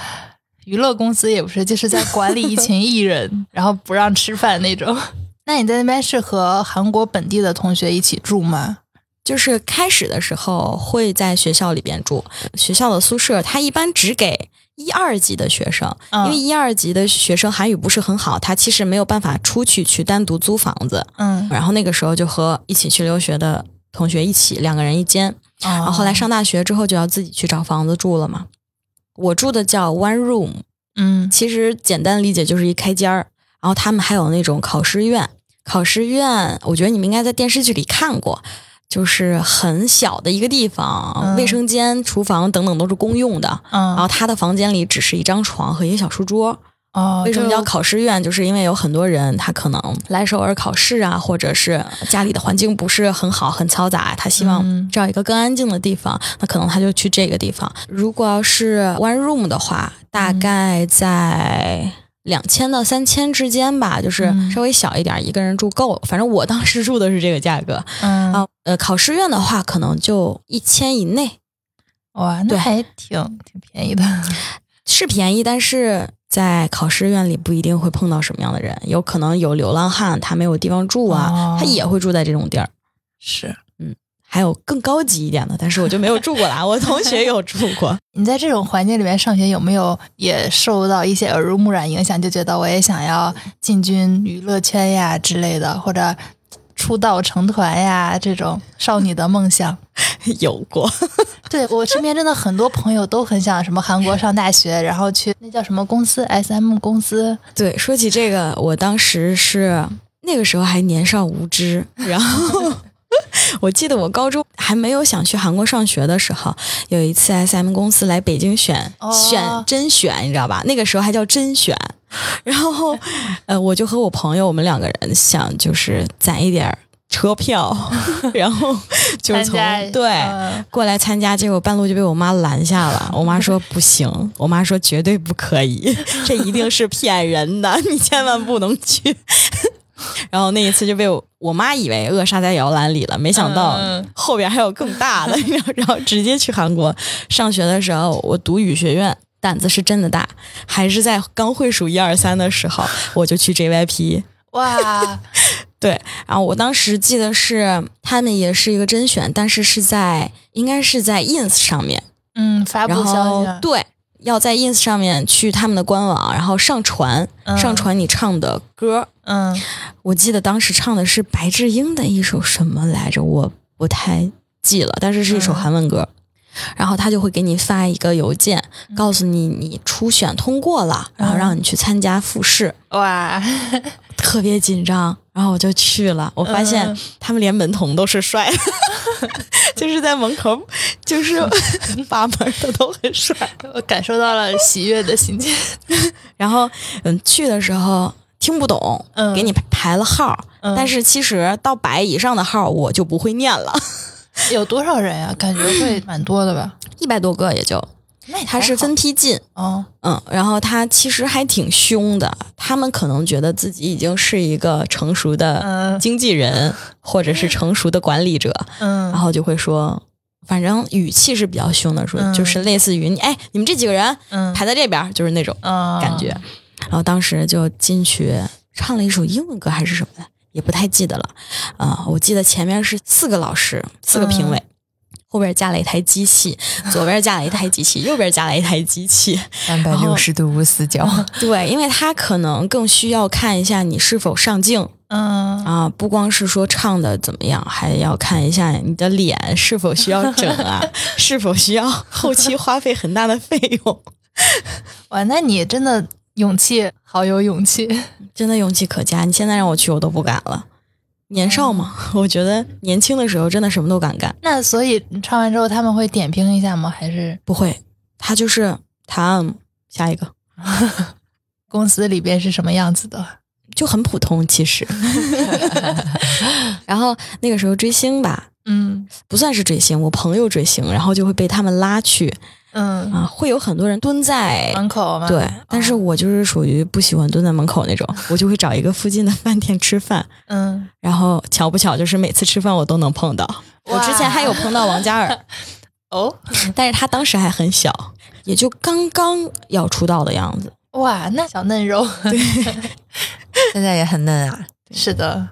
Speaker 5: 娱乐公司，也不是，就是在管理一 群艺人，然后不让吃饭那种。 那你在那边是和韩国本地的同学一起住吗？
Speaker 1: 就是开始的时候会在学校里边住，学校的宿舍它一般只给一二级的学生，
Speaker 5: 嗯
Speaker 1: 因为一二级的学生韩语不是很好，他其实没有办法出去去单独租房子。
Speaker 5: 嗯，
Speaker 1: 然后那个时候就和一起去留学的同学一起两个人一间，
Speaker 5: 然
Speaker 1: 然后后来，上大学之后就要自己去找房子住了嘛。我住的叫 one room，
Speaker 5: 嗯
Speaker 1: 其实简单理解就是一开间儿，然后他们还有那种考试院，考试院，我觉得你们应该在电视剧里看过，就是很小的一个地方，
Speaker 5: 嗯
Speaker 1: 卫生间、厨房等等都是公用的。然后
Speaker 5: 嗯，
Speaker 1: 他的房间里只是一张床和一个小书桌。
Speaker 5: 哦，
Speaker 1: 为什么
Speaker 5: 就
Speaker 1: 叫考试院？就是因为有很多人他可能来首尔考试啊，或者是家里的环境不是很好、很嘈杂，他希
Speaker 5: 嗯
Speaker 1: 望找一个更安静的地方，那可能他就去这个地方。如果要是 one room 的话，大概在。两千到三千之间吧，就是
Speaker 5: 嗯
Speaker 1: 稍微小一点，一个人住够。反正我当时住的是这个价格
Speaker 5: 嗯
Speaker 1: 啊。呃，考试院的话，可能就一千以内
Speaker 5: 哇，那
Speaker 1: 对
Speaker 5: 还挺挺便宜的。
Speaker 1: 是便宜，但是在考试院里不一定会碰到什么样的人，有可能有流浪汉，他没有地方住啊，
Speaker 5: 哦
Speaker 1: 他也会住在这种地儿。
Speaker 5: 是
Speaker 1: 还有更高级一点的，但是我就没有住过啦，我同学有住过。
Speaker 5: 你在这种环境里面上学，有没有也受到一些耳濡目染影响，就觉得我也想要进军娱乐圈呀之类的，或者出道成团呀这种少女的梦想？
Speaker 1: 有过，
Speaker 5: 对我身边真的很多朋友都很想什么韩国上大学，然后去那叫什么公司 S M 公司，
Speaker 1: 对，说起这个，我当时是那个时候还年少无知，然后 我记得我高中还没有想去韩国上学的时候，有一次 SM 公司来北京选、
Speaker 5: 哦
Speaker 1: 选甄选，你知道吧？那个时候还叫甄选。然后，呃，我就和我朋友，我们两个人想就是攒一点儿车票， 然后就是
Speaker 5: 参
Speaker 1: 从
Speaker 5: 加
Speaker 1: 对、
Speaker 5: 嗯
Speaker 1: 过来参加，结果半路就被我妈拦下了。我妈说不行，我妈说绝对不可以，这一定是骗人的， 你千万不能去。 然后那一次就被我我妈以为扼杀在摇篮里了，没想到
Speaker 5: 嗯
Speaker 1: 后边还有更大的，然后然后直接去韩国上学的时候，我读语学院。胆子是真的大，还是在刚会数一二三的时候，我就去 JYP。
Speaker 5: 哇，
Speaker 1: 对，然后我当时记得是他们也是一个甄选，但是是在应该是在 ins 上面，
Speaker 5: 嗯，发布
Speaker 1: 然
Speaker 5: 消
Speaker 1: 后
Speaker 5: 息，
Speaker 1: 对，要在 ins 上面去他们的官网，然后上传、
Speaker 5: 嗯
Speaker 1: 上传你唱的歌。
Speaker 5: 嗯，
Speaker 1: 我记得当时唱的是白智英的一首什么来着，我不太记了，但是是一首
Speaker 5: 嗯
Speaker 1: 韩文歌。然后他就会给你发一个邮件，
Speaker 5: 嗯
Speaker 1: 告诉你你初选通过了，然后让你去参加复试。
Speaker 5: 哇，
Speaker 1: 特别紧张，然后我就去了。我发现
Speaker 5: 嗯
Speaker 1: 他们连门童都是帅的， 就是在门口，就是 把门的都很帅。
Speaker 5: 我感受到了喜悦的心情，
Speaker 1: 然后，嗯，去的时候听不懂，
Speaker 5: 嗯
Speaker 1: 给你排了号，
Speaker 5: 嗯
Speaker 1: 但是其实到百以上的号我就不会念了，
Speaker 5: 有多少人呀、感觉会蛮多的吧？
Speaker 1: 一百多个也就。
Speaker 5: 那 也
Speaker 1: 它
Speaker 5: 还
Speaker 1: 是
Speaker 5: 好
Speaker 1: 分批进，
Speaker 5: 哦，
Speaker 1: 嗯，然后他其实还挺凶的，他们可能觉得自己已经是一个成熟的
Speaker 5: 嗯
Speaker 1: 经纪人，或者是成熟的管理者，
Speaker 5: 嗯，
Speaker 1: 然后就会说，反正语气是比较凶的，说、
Speaker 5: 嗯
Speaker 1: 就是类似于你哎，你们这几个人
Speaker 5: 嗯
Speaker 1: 排在这边儿，就是那种
Speaker 5: 嗯
Speaker 1: 感觉。然后当时就进去唱了一首英文歌还是什么的，也不太记得了。啊、我记得前面是四个老师，四个评委。后边加了一台机器，左边加了一台机器，右边加了一台机器，
Speaker 3: 三百六十度无死角，
Speaker 1: 对，因为他可能更需要看一下你是否上镜
Speaker 5: 嗯
Speaker 1: 啊，不光是说唱的怎么样，还要看一下你的脸是否需要整啊， 是否需要后期花费很大的费用。
Speaker 5: 哇，那你真的勇气好有勇气，
Speaker 1: 真的勇气可嘉，你现在让我去，我都不敢了。年少嘛， 我觉得年轻的时候真的什么都敢干。
Speaker 5: 那所以你唱完之后他们会点评一下吗？还是
Speaker 1: 不会，他就是他嗯下一个
Speaker 5: 公司里边是什么样子的？
Speaker 1: 就很普通，其实。 然后那个时候追星吧，
Speaker 5: 嗯
Speaker 1: 不算是追星，我朋友追星，然后就会被他们拉去，
Speaker 5: 嗯，
Speaker 1: 啊，会有很多人蹲在。
Speaker 5: 门口吗？
Speaker 1: 对，但是我就是属于不喜欢蹲在门口那种，我就会找一个附近的饭店吃饭，
Speaker 5: 嗯，
Speaker 1: 然后巧不巧就是每次吃饭我都能碰到。我之前还有碰到王嘉尔，
Speaker 5: 哦，
Speaker 1: 但是他当时还很小，也就刚刚要出道的样子。
Speaker 5: 哇，那小嫩肉，
Speaker 3: 现在也很嫩啊。
Speaker 5: 是的，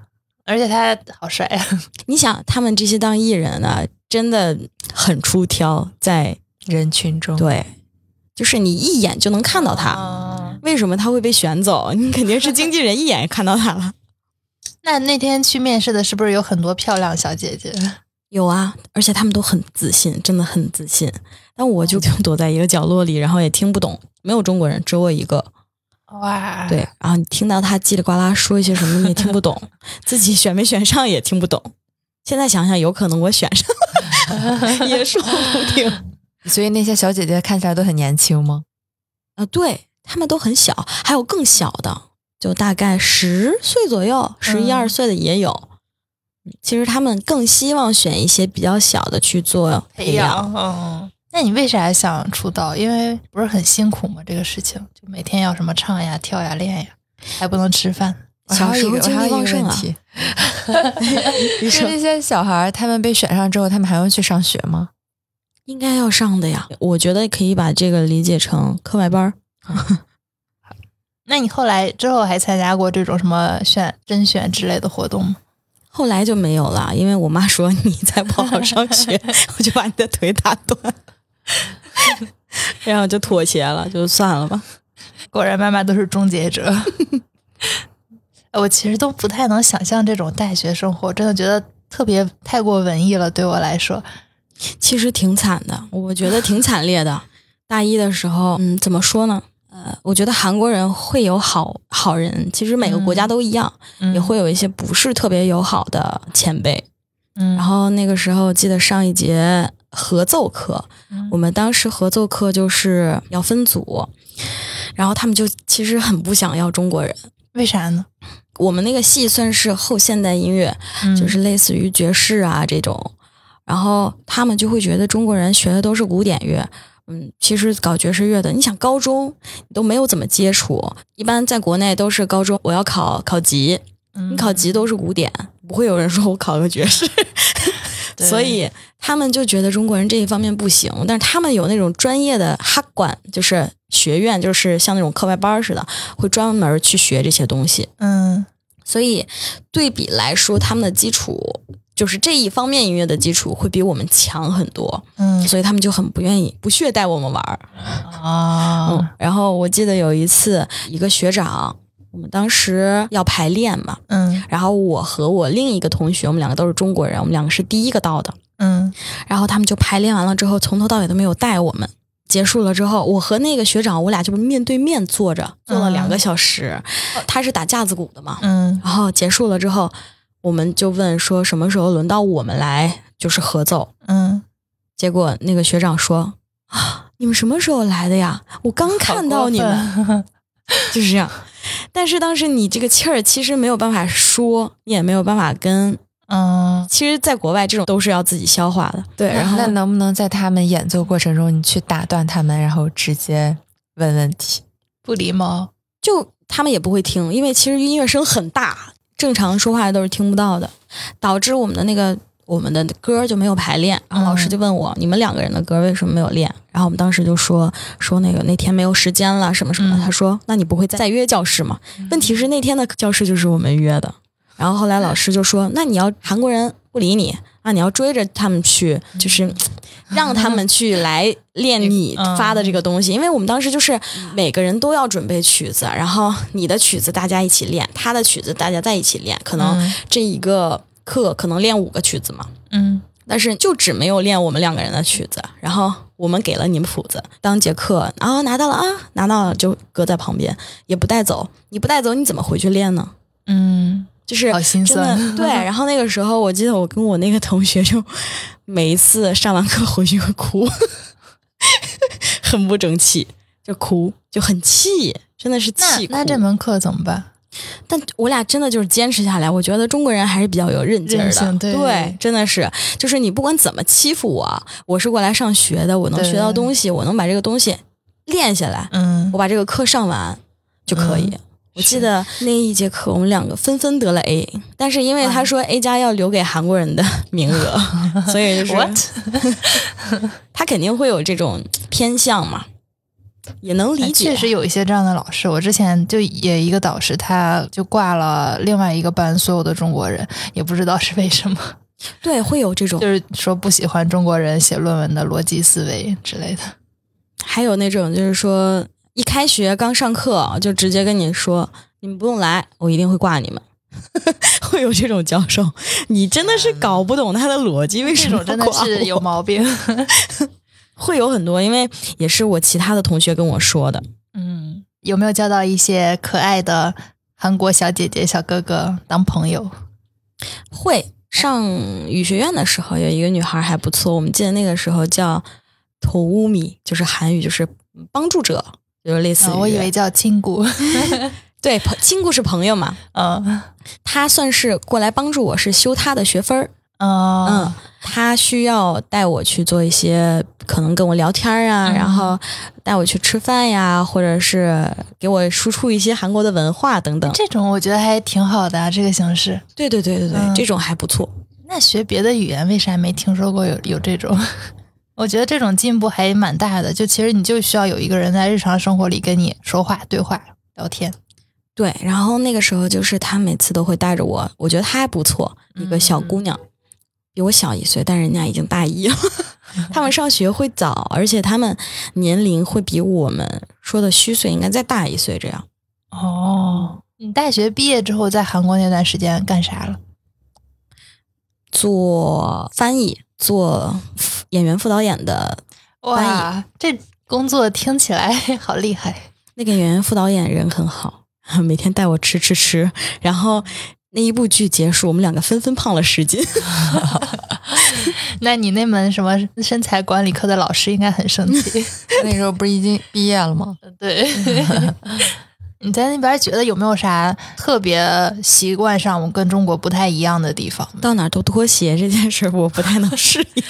Speaker 5: 而且他好帅啊，
Speaker 1: 你想，他们这些当艺人的、真的很出挑，在
Speaker 3: 人群中，
Speaker 1: 对，就是你一眼就能看到他。
Speaker 5: 嗯
Speaker 1: 为什么他会被选走？你肯定是经纪人一眼看到他了。
Speaker 5: 那那天去面试的是不是有很多漂亮小姐姐？
Speaker 1: 有啊，而且他们都很自信，真的很自信。但我 就躲在一个角落里，然后也听不懂，没有中国人，只有我一个。
Speaker 5: 哇，
Speaker 1: 对，然后你听到他叽里呱啦说一些什么，你也听不懂，自己选没选上也听不懂。现在想想，有可能我选上了 也说不定。
Speaker 3: 所以那些小姐姐看起来都很年轻吗？
Speaker 1: 啊，对他们都很小，还有更小的，就大概十岁左右，十一二岁的也有。其实他们更希望选一些比较小的去做
Speaker 5: 培养，嗯。那你为啥想出道？因为不是很辛苦吗？这个事情就每天要什么唱呀、跳呀、练呀，还不能吃饭。
Speaker 1: 小时候
Speaker 3: 我还
Speaker 1: 精
Speaker 3: 有一
Speaker 1: 力
Speaker 3: 个
Speaker 1: 旺盛啊，
Speaker 3: 就那些小孩儿，他们被选上之后，他们还要去上学吗？
Speaker 1: 应该要上的呀。我觉得可以把这个理解成课外班儿。
Speaker 5: 那你后来之后还参加过这种什么选甄选之类的活动吗？
Speaker 1: 后来就没有了，因为我妈说你再不好好上学，我就把你的腿打断， 然后就妥协了，就算了吧。
Speaker 5: 果然妈妈都是终结者。 呃我其实都不太能想象这种大学生活，真的觉得特别太过文艺了，对我来说。
Speaker 1: 其实挺惨的，我觉得挺惨烈的。大一的时候，嗯，怎么说呢？呃，我觉得韩国人会有好好人，其实每个国家都一样，
Speaker 5: 嗯
Speaker 1: 也会有一些不是特别友好的前辈。
Speaker 5: 嗯，
Speaker 1: 然后那个时候记得上一节合奏课，
Speaker 5: 嗯
Speaker 1: 我们当时合奏课就是要分组，然后他们就其实很不想要中国人。
Speaker 5: 为啥呢？
Speaker 1: 我们那个系算是后现代音乐，
Speaker 5: 嗯
Speaker 1: 就是类似于爵士啊这种，然后他们就会觉得中国人学的都是古典乐。嗯，其实搞爵士乐的，你想高中你都没有怎么接触，一般在国内都是高中我要考考级，
Speaker 5: 嗯
Speaker 1: 你考级都是古典，不会有人说我考个爵士，
Speaker 5: 对
Speaker 1: 所以他们就觉得中国人这一方面不行，但是他们有那种专业的哈管，就是学院，就是像那种课外班儿似的，会专门去学这些东西。
Speaker 5: 嗯
Speaker 1: 所以对比来说，他们的基础就是这一方面音乐的基础会比我们强很多，
Speaker 5: 嗯
Speaker 1: 所以他们就很不愿意、不屑带我们玩儿。
Speaker 5: 啊
Speaker 1: 嗯，然后我记得有一次，一个学长，我们当时要排练嘛，
Speaker 5: 嗯
Speaker 1: 然后我和我另一个同学，我们两个都是中国人，我们两个是第一个到的，
Speaker 5: 嗯
Speaker 1: 然后他们就排练完了之后，从头到尾都没有带我们。结束了之后，我和那个学长，我俩就是面对面坐着，坐了两个小时。他是打架子鼓的嘛，
Speaker 5: 嗯
Speaker 1: 然后结束了之后，我们就问说什么时候轮到我们来就是合奏。
Speaker 5: 嗯，
Speaker 1: 结果那个学长说啊，你们什么时候来的呀？我刚看到你们，
Speaker 5: 们，
Speaker 1: 就是这样。但是当时你这个气儿其实没有办法说，你也没有办法跟
Speaker 5: 嗯，
Speaker 1: 其实，在国外这种都是要自己消化的。对，然后
Speaker 3: 那能不能在他们演奏过程中，你去打断他们，然后直接问问题？
Speaker 5: 不礼貌。
Speaker 1: 就他们也不会听，因为其实音乐声很大，正常说话都是听不到的，导致我们的那个我们的歌就没有排练。然后老师就问我，你们两个人的歌为什么没有练？然后我们当时就说 说那个那天没有时间了什么什么的。
Speaker 5: 嗯
Speaker 1: 他说，那你不会再约教室吗？嗯问题是那天的教室就是我们约的。然后后来老师就说，那你要韩国人不理你。那你要追着他们去，就是让他们去来练你
Speaker 5: 嗯
Speaker 1: 发的这个东西，因为我们当时就是每个人都要准备曲子，然后你的曲子大家一起练，他的曲子大家在一起练，可能
Speaker 5: 嗯
Speaker 1: 这一个课可能练五个曲子嘛，
Speaker 5: 嗯，
Speaker 1: 但是就只没有练我们两个人的曲子，然后我们给了你们谱子，当节课，然后拿到了啊，拿到了就搁在旁边，也不带走，你不带走你怎么回去练呢？
Speaker 5: 嗯，
Speaker 1: 就是
Speaker 5: 好心
Speaker 1: 真的
Speaker 5: 酸
Speaker 1: 对，然后那个时候，我记得我跟我那个同学就每一次上完课回去会哭，很不争气，就哭，就很气，真的是
Speaker 5: 那
Speaker 1: 气哭。
Speaker 5: 那这门课怎么办？
Speaker 1: 但我俩真的就是坚持下来，我觉得中国人还是比较有韧劲儿
Speaker 5: 韧
Speaker 1: 的
Speaker 5: 性，对
Speaker 1: 真的是，就是你不管怎么欺负我，我是过来上学的，我能
Speaker 5: 对
Speaker 1: 学到东西，我能把这个东西练下来，
Speaker 5: 嗯
Speaker 1: 我把这个课上完就可以。我记得那一节课，我们两个纷纷得了 A，但是因为
Speaker 5: 嗯
Speaker 1: 他说 A 加要留给韩国人 的名额，所以就是 他肯定会有这种偏向嘛，也能理
Speaker 5: 哎
Speaker 1: 解。
Speaker 5: 确实有一些这样的老师，我之前就也一个导师，他就挂了另外一个班所有的中国人，也不知道是为什么，
Speaker 1: 对，会有这种，
Speaker 5: 就是说不喜欢中国人写论文的逻辑思维之类的。
Speaker 1: 还有那种就是说一开学刚上课啊就直接跟你说你们不用来，我一定会挂你们。 会有这种教授，你真的是搞不懂他的逻辑，为什
Speaker 5: 嗯
Speaker 1: 么
Speaker 5: 这种真的
Speaker 1: 挂
Speaker 5: 是有
Speaker 1: 我
Speaker 5: 毛病。
Speaker 1: 会有很多，因为也是我其他的同学跟我说的。
Speaker 5: 嗯，有没有交到一些可爱的韩国小姐姐、小哥哥当朋友？
Speaker 1: 会上语学院的时候，有一个女孩还不错，我们记得那个时候叫“头乌米”，就是韩语就是帮助者，就是类似于、
Speaker 5: 啊我以为叫亲姑。
Speaker 1: 对朋亲故是朋友嘛，
Speaker 5: 嗯
Speaker 1: 她算是过来帮助我，是修她的学分儿。嗯
Speaker 5: 嗯，
Speaker 1: 她需要带我去做一些可能跟我聊天儿啊，
Speaker 5: 嗯
Speaker 1: 然后带我去吃饭呀，或者是给我输出一些韩国的文化等等。
Speaker 5: 这种我觉得还挺好的、啊，这个形式。
Speaker 1: 对对对对对，
Speaker 5: 嗯
Speaker 1: 这种还不错。
Speaker 5: 那学别的语言为啥没听说过有有这种？ 我觉得这种进步还蛮大的。就其实你就需要有一个人在日常生活里跟你说话、对话、聊天。
Speaker 1: 对，然后那个时候就是她每次都会带着我，我觉得她还不错，一个小姑娘，比我小一岁，但人家已经大一了。 他们上学会早，而且他们年龄会比我们说的虚岁应该再大一岁这样。
Speaker 5: 哦，你大学毕业之后在韩国那段时间干啥了？
Speaker 1: 做翻译，做演员副导演的
Speaker 5: 哇，这工作听起来 好厉害。
Speaker 1: 那个演员副导演人很好， 每天带我吃吃吃，然后。那一部剧结束，我们两个纷纷胖了十斤。
Speaker 5: 那你那门什么身材管理课的老师应该很生 气。
Speaker 3: 那时候不是已经毕业了吗？
Speaker 5: 对， 你在那边觉得有没有啥特别习惯上跟中国不太一样的地方？
Speaker 1: 到哪儿都脱鞋这件事儿，我不太能适应。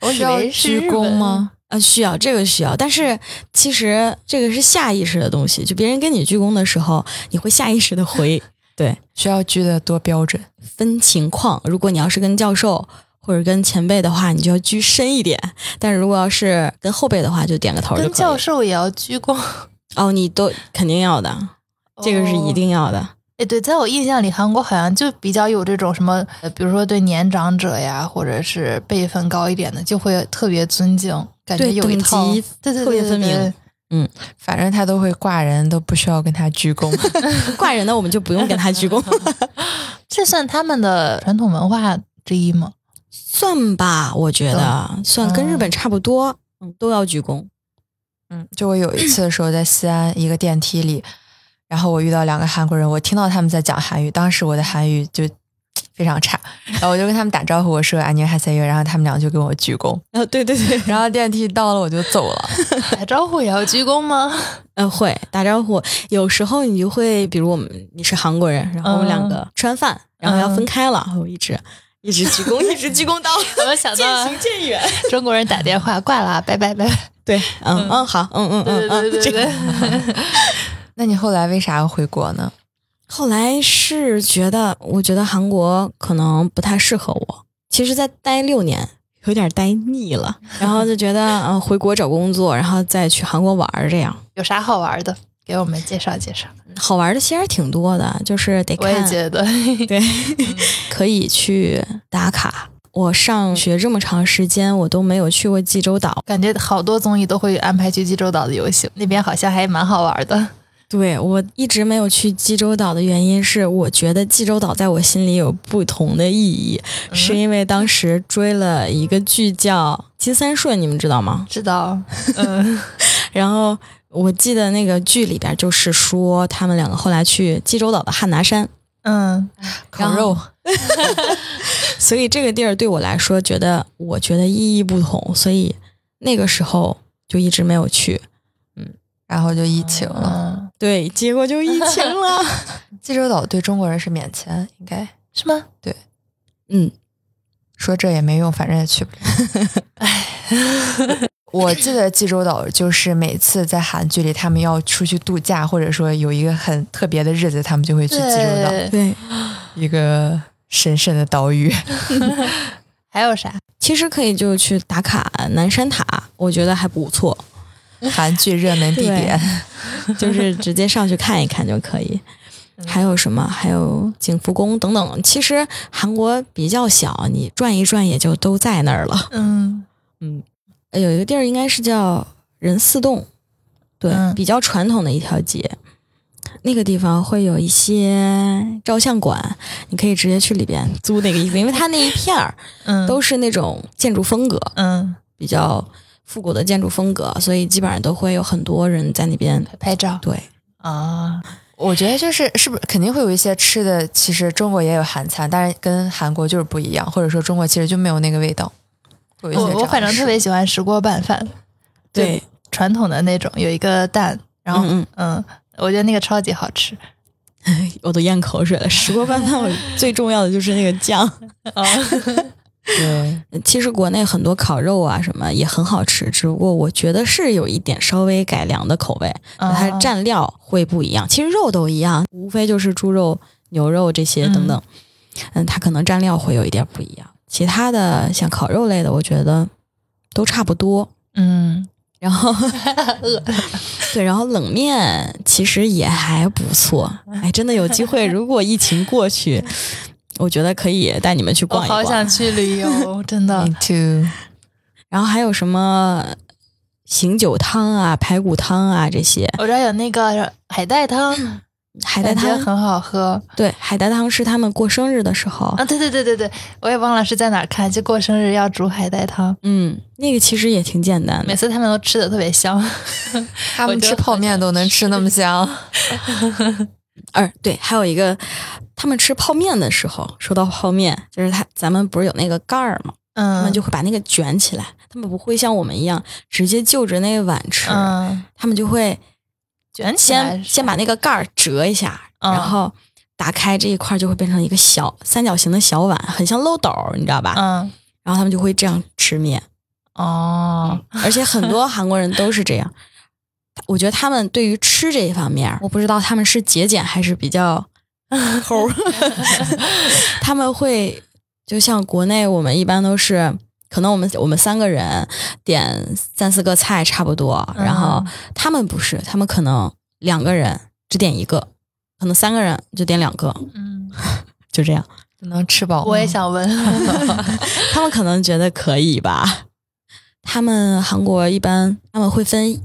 Speaker 5: 我以
Speaker 3: 需要
Speaker 5: 为是
Speaker 3: 鞠躬吗？
Speaker 1: 啊，需要这个需要，但是其实这个是下意识的东西，就别人跟你鞠躬的时候，你会下意识的回。对，
Speaker 3: 需要鞠的多标准？
Speaker 1: 分情况，如果你要是跟教授或者跟前辈的话，你就要鞠深一点；但是如果要是跟后辈的话，就点个头
Speaker 5: 日
Speaker 1: 就
Speaker 5: 本？
Speaker 1: 可以
Speaker 5: 跟
Speaker 1: 了。
Speaker 5: 教授也要鞠躬，
Speaker 1: 哦，你都肯定要的，
Speaker 5: 哦
Speaker 1: 这个是一定要的。
Speaker 5: 哎，对，在我印象里，韩国好像就比较有这种什么，呃比如说对年长者呀，或者是辈分高一点的，就会特别尊敬，感觉
Speaker 1: 对
Speaker 5: 有一
Speaker 1: 等
Speaker 5: 套
Speaker 1: 级，
Speaker 5: 对对对
Speaker 1: 特别
Speaker 5: 对
Speaker 1: 分明
Speaker 5: 对
Speaker 3: 反正他都会挂人，都不需要跟他鞠 躬。
Speaker 1: 挂人的我们就不用给他鞠躬，
Speaker 5: 这算他们的传统文化之一吗？
Speaker 1: 算吧，我觉得算跟日本差不多，嗯，都要鞠躬。
Speaker 3: 嗯，就我有一次的时候在西安一个电梯里，然后我遇到两个韩国人，我听到他们在讲韩语，当时我的韩语就非常差，然后我就跟他们打招呼，我说哎안녕하세요，然后他们俩就跟我鞠躬，
Speaker 1: 啊，对对对，
Speaker 3: 然后电梯到了我就走 了。
Speaker 5: 打招呼也要鞠躬吗？
Speaker 1: 呃，
Speaker 2: 嗯
Speaker 1: 会打招呼。有时候你就会，比如我们你是韩国人，然后我们两个吃完饭，然后要分开了，我一直一直鞠 躬，一直鞠躬到
Speaker 2: 我 想到
Speaker 1: 渐
Speaker 2: 了
Speaker 1: 行渐远。
Speaker 2: 中国人打电话挂了啊，拜拜拜拜。
Speaker 1: 对，嗯嗯，好，嗯嗯
Speaker 2: 对对
Speaker 1: 嗯嗯，
Speaker 2: 对
Speaker 1: 这
Speaker 2: 对
Speaker 1: 个。
Speaker 2: 对，
Speaker 3: 那你后来哎为啥要回国呢？
Speaker 1: 后来是觉得，我觉得韩国可能不太适合我。其实，在待六年有点待腻了，然后就觉得，嗯、回国找工作，然后再去韩国玩儿，这样
Speaker 2: 有啥好玩的？给我们介绍介绍。
Speaker 1: 好玩的其实挺多的，就是得
Speaker 2: 我
Speaker 1: 看
Speaker 2: 也觉得，
Speaker 1: 对，可以去打卡。我上学这么长时间，我都没有去过济州岛。
Speaker 5: 感觉好多综艺都会安排去济州岛的游行，
Speaker 2: 那边好像还蛮好玩的。
Speaker 1: 对我一直没有去济州岛的原因是，我觉得济州岛在我心里有不同的意义，是因为当时追了一个剧叫《金三顺》，你们知道吗？
Speaker 2: 知道，
Speaker 1: 然后我记得那个剧里边就是说，他们两个后来去济州岛的汉拿山，
Speaker 5: 嗯，
Speaker 3: 烤肉，
Speaker 1: 所以这个地儿对我来说，觉得我觉得意义不同，所以那个时候就一直没有去。
Speaker 3: 然后就疫情了。
Speaker 5: 嗯
Speaker 1: 对，结果就疫情了。
Speaker 3: 济州岛对中国人是免签，应该
Speaker 5: 是吗？
Speaker 1: 嗯，
Speaker 3: 说这也没用，反正也去不了。 我记得济州岛就是每次在韩剧里，他们要出去度假，或者说有一个很特别的日子，他们就会去济州岛，
Speaker 5: 对，
Speaker 1: 对。
Speaker 3: 一个神圣的 岛屿。
Speaker 5: 还有啥？
Speaker 1: 其实可以就去打卡南山塔，我觉得还不错，
Speaker 3: 韩剧热门地点，
Speaker 1: 就是直接上去看一看就可以。还有什么？还有景福宫等等。其实韩国比较小，你转一转也就都在那儿了。
Speaker 5: 嗯，
Speaker 1: 呃有一个地儿应该是叫仁寺洞，对，
Speaker 5: 嗯
Speaker 1: 比较传统的一条街。那个地方会有一些照相馆，你可以直接去里边租那个衣服，因为它那一片儿
Speaker 5: 嗯
Speaker 1: 都是那种建筑风格，
Speaker 5: 嗯，
Speaker 1: 比较复古的建筑风格，所以基本上都会有很多人在那边。
Speaker 5: 拍照
Speaker 1: 对，
Speaker 5: 啊，
Speaker 3: 我觉得就是是不是肯定会有一些吃的，其实中国也有韩餐，但是跟韩国就是不一样，或者说中国其实就没有那个味道。会有一些
Speaker 5: 我
Speaker 3: 这
Speaker 5: 我
Speaker 3: 样
Speaker 5: 反正
Speaker 3: 的
Speaker 5: 特别喜欢石锅拌饭，
Speaker 1: 对，
Speaker 5: 传统的那种，有一个蛋，然后
Speaker 1: 嗯
Speaker 5: 嗯，我觉得那个超级好吃。
Speaker 1: 我都咽口水了。石锅拌饭， 我最重要的就是那个酱。
Speaker 3: 事对，
Speaker 1: 其实国内很多烤肉啊什么也很好吃，只不过我觉得是有一点稍微改良的口味，它
Speaker 5: 啊
Speaker 1: 蘸料会不一样。其实肉都一样，无非就是猪肉、牛肉这些等等。嗯，它可能蘸料会有一点不一样。其他的像烤肉类的，我觉得都差不多。
Speaker 5: 嗯，
Speaker 1: 然 后对，然后冷面其实也还不错。哎，真的有机会，如果疫情过去，我觉得可以带你们去
Speaker 5: 我
Speaker 1: 逛一逛。
Speaker 5: 好想去旅 游，真的
Speaker 3: me too。
Speaker 1: 然后还有什么醒酒汤啊、排骨汤啊这些，
Speaker 5: 我这儿有那个海带汤，
Speaker 1: 海带
Speaker 5: 感觉
Speaker 1: 汤
Speaker 5: 很好喝
Speaker 1: 对，嗯海带汤是他们过生日的时候，
Speaker 5: 啊！对对对对对，我也忘了是在哪儿看，就过生日要煮海带汤，
Speaker 1: 嗯，那个其实也挺简单
Speaker 5: 每
Speaker 1: 的。
Speaker 5: 次他们都吃的特别香。
Speaker 3: 他们
Speaker 5: 我觉得
Speaker 3: 吃泡面都能吃那么香，
Speaker 1: 呃，对，还有一个，他们吃泡面的时候，说到泡面，就是他咱们不是有那个盖儿吗？他
Speaker 5: 嗯，
Speaker 1: 们就会把那个卷起来，他们不会像我们一样直接就着那个碗吃，
Speaker 5: 嗯
Speaker 1: 他们就会
Speaker 5: 卷起来
Speaker 1: 先先把那个盖儿折一下，
Speaker 5: 嗯
Speaker 1: 然后打开这一块儿就会变成一个小三角形的小碗，很像漏斗儿，你知道吧？
Speaker 5: 嗯
Speaker 1: 然后他们就会这样吃面，
Speaker 5: 哦
Speaker 1: 而且很多韩国人都是这样。我觉得他们对于吃这一方面，我不知道他们是节俭还是比较抠儿， 他们会就像国内我们一般都是，可能我们我们三个人点三四个菜差不多，然后他们不是，他们可能两个人只点一个，可能三个人就点两个，
Speaker 5: 嗯，
Speaker 1: 就这样。
Speaker 3: 能吃
Speaker 1: 嗯
Speaker 3: 饱。
Speaker 5: 我也，想问，
Speaker 1: 他们可能觉得可以吧。他们韩国一般他们会分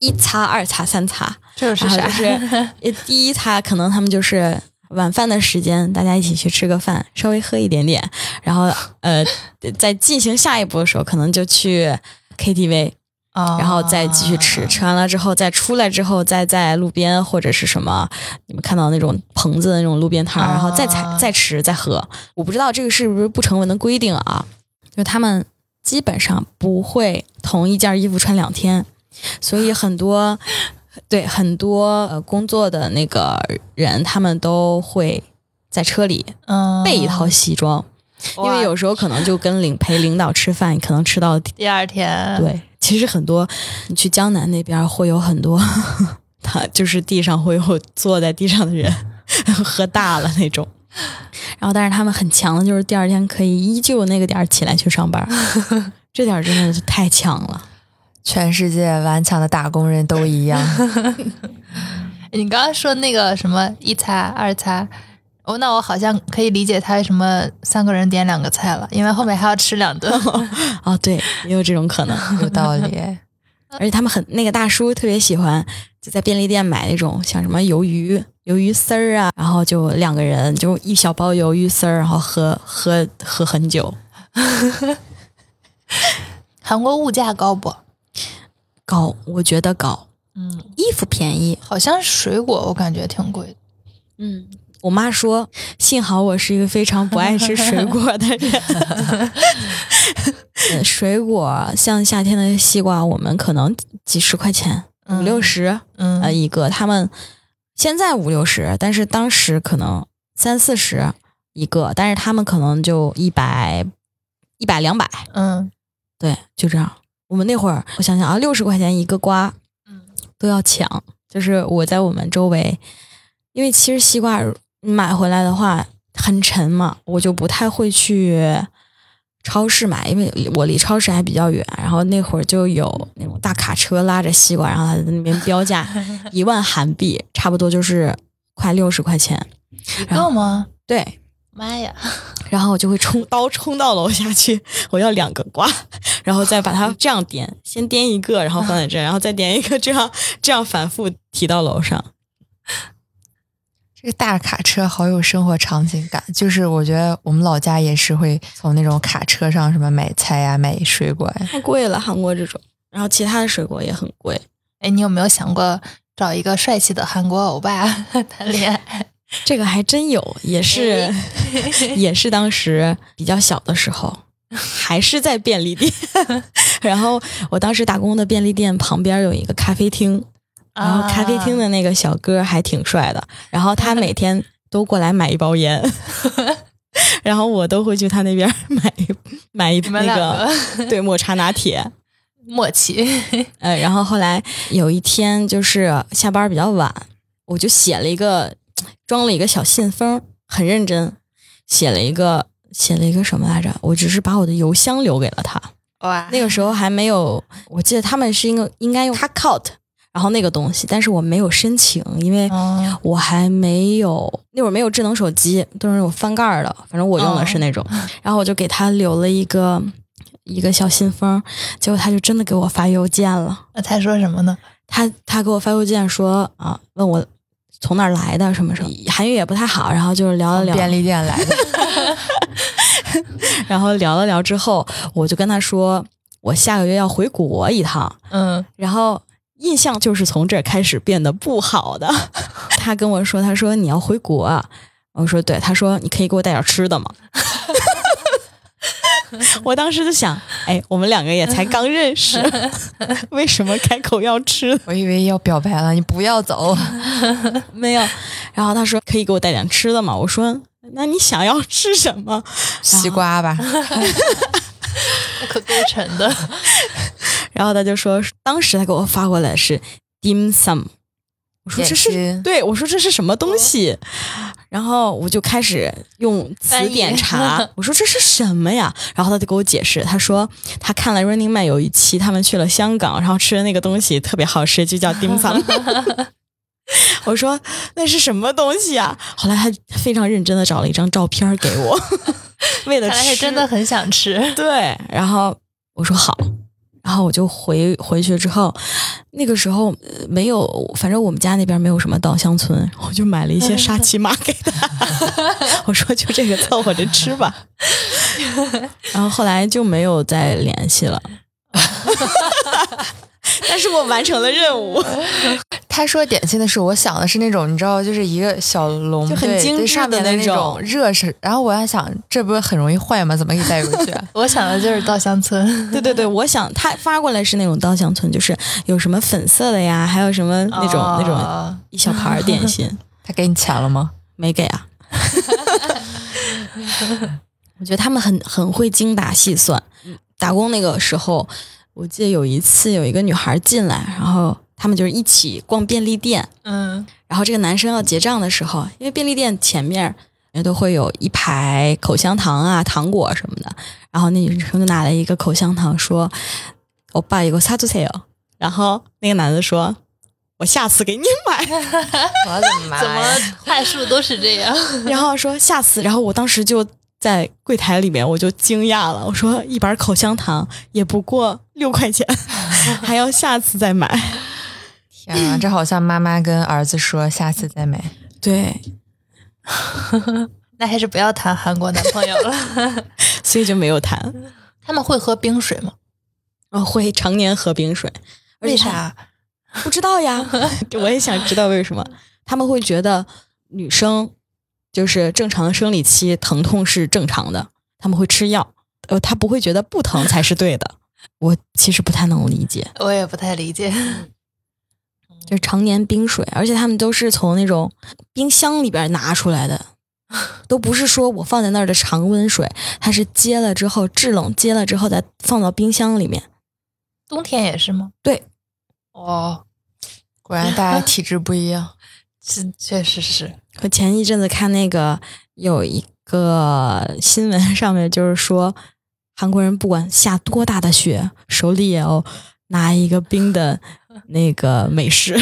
Speaker 1: 一擦、二擦、三擦，
Speaker 5: 这是
Speaker 1: 然后
Speaker 5: 啥
Speaker 1: 就？ 是第一擦可能他们就是晚饭的时间，大家一起去吃个饭，稍微喝一点点，然后呃，在进行下一步的时候，可能就去 KTV，
Speaker 5: 然
Speaker 1: 然后再继续吃，吃完了之后再出来之后，再在路边或者是什么，你们看到那种棚子的那种路边摊儿，
Speaker 5: 啊
Speaker 1: 然后再采再吃再喝。我不知道这个是不是不成文的规定啊，就他们基本上不会同一件衣服穿两天，所以很多对很多呃工作的那个人，他们都会在车里
Speaker 5: 嗯，
Speaker 1: 备一套西装，因为有时候可能就跟领 陪领导吃饭，可能吃到
Speaker 2: 第二天，
Speaker 1: 对，其实很多你去江南那边儿会有很多， 他就是地上会有坐在地上的人 喝大了那种。然后，但是他们很强的就是第二天可以依旧那个点儿起来去上班儿，这点儿真的是太强了。
Speaker 3: 全世界顽强的打工人都一样。
Speaker 2: 你刚刚说那个什么一餐二餐，哦，那我好像可以理解他为什么三个人点两个菜了，因为后面还要吃两 顿。
Speaker 1: 哦，对，也有这种可能。
Speaker 3: 有道理。
Speaker 1: 而且他们很那个大叔特别喜欢就在便利店买那种像什么鱿鱼、鱿鱼丝儿啊，然后就两个人就一小包鱿鱼丝儿，然后喝喝喝很久，
Speaker 2: 韩国物价高不？
Speaker 1: 高，我觉得高。
Speaker 2: 嗯，
Speaker 1: 衣服便宜，
Speaker 2: 好像水果我感觉挺贵的。
Speaker 1: 嗯，我妈说，幸好我是一个非常不爱吃水果的人。呃 水果像夏天的西瓜，我们可能几十块钱，五六十，
Speaker 2: 嗯
Speaker 1: 呃，一个。他们现在五六十，但是当时可能三四十一个，但是他们可能就一百、一百、两百，
Speaker 2: 嗯，
Speaker 1: 对，就这样。我们那会儿，我想想啊，六十块钱一个瓜，
Speaker 2: 嗯，
Speaker 1: 都要抢。就是我在我们周围，因为其实西瓜买回来的话很沉嘛，我就不太会去超市买，因为我离超市还比较远。然后那会儿就有那种大卡车拉着西瓜，然后他在那边标价一万韩币，差不多就是快六十块钱。
Speaker 2: 一个吗？
Speaker 1: 对，
Speaker 2: 妈呀！
Speaker 1: 然后我就会冲刀冲到楼下去， 我要两个瓜， 然后再把它这样颠，先颠一个，然后放在 这，然后再颠一个，这样这样反复提到楼上。
Speaker 3: 这个大卡车好有生活场景感，就是我觉得我们老家也是会从那种卡车上什么买菜呀、买水果呀。
Speaker 1: 太贵了，韩国这种，然后其他的水果也很贵。
Speaker 2: 哎，你有没有想过找一个帅气的韩国欧巴 谈恋爱？
Speaker 1: 这个还真有，也是 也是当时比较小的时 候，还是在便利店。 然后我当时打工的便利店旁边有一个咖啡厅，
Speaker 2: 啊
Speaker 1: 然后咖啡厅的那个小哥还挺帅的，然后他每天都过来买一包烟， 然后我都会去他那边买一买一
Speaker 2: 你们
Speaker 1: 那
Speaker 2: 两
Speaker 1: 个
Speaker 2: 个
Speaker 1: 对抹茶拿铁。
Speaker 2: 默契，
Speaker 1: 呃，然后后来有一天就是下班比较晚，我就写了一个装了一个小信封，很认真写了一个写了一个什么来着？我只是把我的邮箱留给了他。
Speaker 2: 哇，
Speaker 1: 那个时候还没有，我记得他们是应该应该用 Kakao，然后那个东西，但是我没有申请，因为
Speaker 2: 哦
Speaker 1: 我还没有那会儿没有智能手机，都是那种翻盖儿的，反正我用的是那种。然后我就给他留了一个一个小信封，结果他就真的给我发邮件了。
Speaker 2: 那他说什么呢？
Speaker 1: 他他给我发邮件说啊，问我从哪儿来的什么什么，韩语也不太好，然后就是聊了聊，
Speaker 3: 便利店来的，
Speaker 1: 然后聊了聊之后，我就跟他说我下个月要回国一趟，
Speaker 2: 嗯，
Speaker 1: 然后印象就是从这儿开始变得不好的。 他跟我说，他说你要回国啊，我说对，他说你可以给我带点吃的吗？ 我当时就想，哎，我们两个也才刚认识， 为什么开口要吃的？
Speaker 3: 我以为要表白了，你不要走。
Speaker 1: 啊没有。然后他说可以给我带点吃的吗？我说那你想要吃什么？
Speaker 3: 西瓜吧，
Speaker 2: 那可够沉 的。
Speaker 1: 然后他就说，当时他给我发过来是 dim sum，我说
Speaker 3: 点
Speaker 1: 这是
Speaker 3: 心
Speaker 1: 对，我说这是什么
Speaker 2: 哦
Speaker 1: 东西？然后我就开始用词
Speaker 2: 翻译
Speaker 1: 典查，我说这是什么呀？然后他就给我解释，他说他看了 Running Man 有一期，他们去了香港，然后吃的那个东西特别好吃，就叫 dim sum。我说那是什么东西啊？后来他非常认真的找了一张照片给我， 为了
Speaker 2: 看来是
Speaker 1: 吃
Speaker 2: 真的很想吃。
Speaker 1: 对，然后我说好，然后我就回回去之后，那个时候呃没有，反正我们家那边没有什么稻香村，我就买了一些沙琪玛给他，我说就这个凑合着吃吧。然后后来就没有再联系了， 但是我完成了任务，
Speaker 3: 他说点心的时候，我想的是那种你知道，就是一个小笼，
Speaker 1: 就很
Speaker 3: 对
Speaker 1: 精
Speaker 3: 对
Speaker 1: 致
Speaker 3: 上
Speaker 1: 的
Speaker 3: 面的
Speaker 1: 那种
Speaker 3: 种热食。然后我还想，这不是很容易坏吗？怎么给带回去啊？
Speaker 2: 我想的就是稻香 村，
Speaker 1: 对对对，我想他发过来是那种稻香村，就是有什么粉色的呀，还有什么那种、那种
Speaker 2: 哦
Speaker 1: 一小盘儿点心，
Speaker 3: 他给你钱了吗？
Speaker 1: 没给啊。我觉得他们很很会精打细算。打工那个时候，我记得有一次有一个女孩进来，然后他们就是一起逛便利店，
Speaker 5: 嗯
Speaker 1: 然后这个男生要结账的时候，因为便利店前面人都会有一排口香糖啊、糖果什么的，然后那女生就拿了一个口香糖说：“我爸有个사주세요。”然哦后那个男的说：“我下次给你买。”
Speaker 3: 我的妈！
Speaker 5: 怎么话术都是这样？
Speaker 1: 然后说下次，然后我当时就在柜台里面，我就惊讶了，我说一板口香糖也不过六块 钱，还要下次再买。
Speaker 3: 天啊，这好像妈妈跟儿子说下次再买。
Speaker 1: 对，
Speaker 5: 那还是不要谈韩国男朋友了。
Speaker 1: 所以就没有谈。
Speaker 5: 他们会喝冰水吗？
Speaker 1: 然后哦会常年喝冰水，而且
Speaker 5: 为啥？
Speaker 1: 不知道呀， 我也想知道为什么他们会觉得女生就是正常生理期疼痛是正常的，他们会吃药，呃，他不会觉得不疼才是对的。我其实不太能理解。
Speaker 5: 我也不太理解。
Speaker 1: 就是常年冰水，而且他们都是从那种冰箱里边拿出来的，都不是说我放在那儿的常温水，它是接了之后制冷，接了之后再放到冰箱里面。
Speaker 5: 冬天也是吗？
Speaker 1: 对，
Speaker 5: 哦，
Speaker 3: 果然大家体质不一样。
Speaker 5: 这确实是。
Speaker 1: 我前一阵子看那个有一个 新闻，上面就是说韩国人不管下多大的雪，手里也要拿一个冰的那个美式，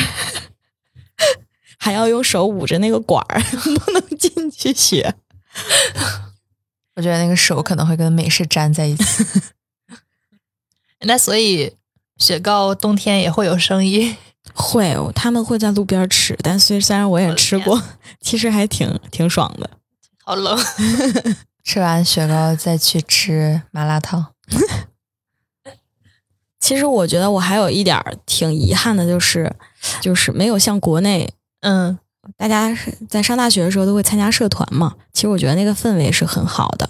Speaker 1: 还要用手捂着那个管儿， 不能进去雪。
Speaker 3: 我觉得那个手可能会跟美式粘在一起。
Speaker 5: 那所以雪糕冬天也会有生意。
Speaker 1: 会，他们会在路边吃，但虽虽然我也吃过， 其实还挺挺爽的。
Speaker 5: 好冷，
Speaker 3: 吃完雪糕再去吃麻辣烫，
Speaker 1: 其实我觉得我还有一点儿挺遗憾的，就是就是没有像国内
Speaker 5: 嗯，
Speaker 1: 大家是在上大学的时候都会参加社团嘛，其实我觉得那个氛围是很好的，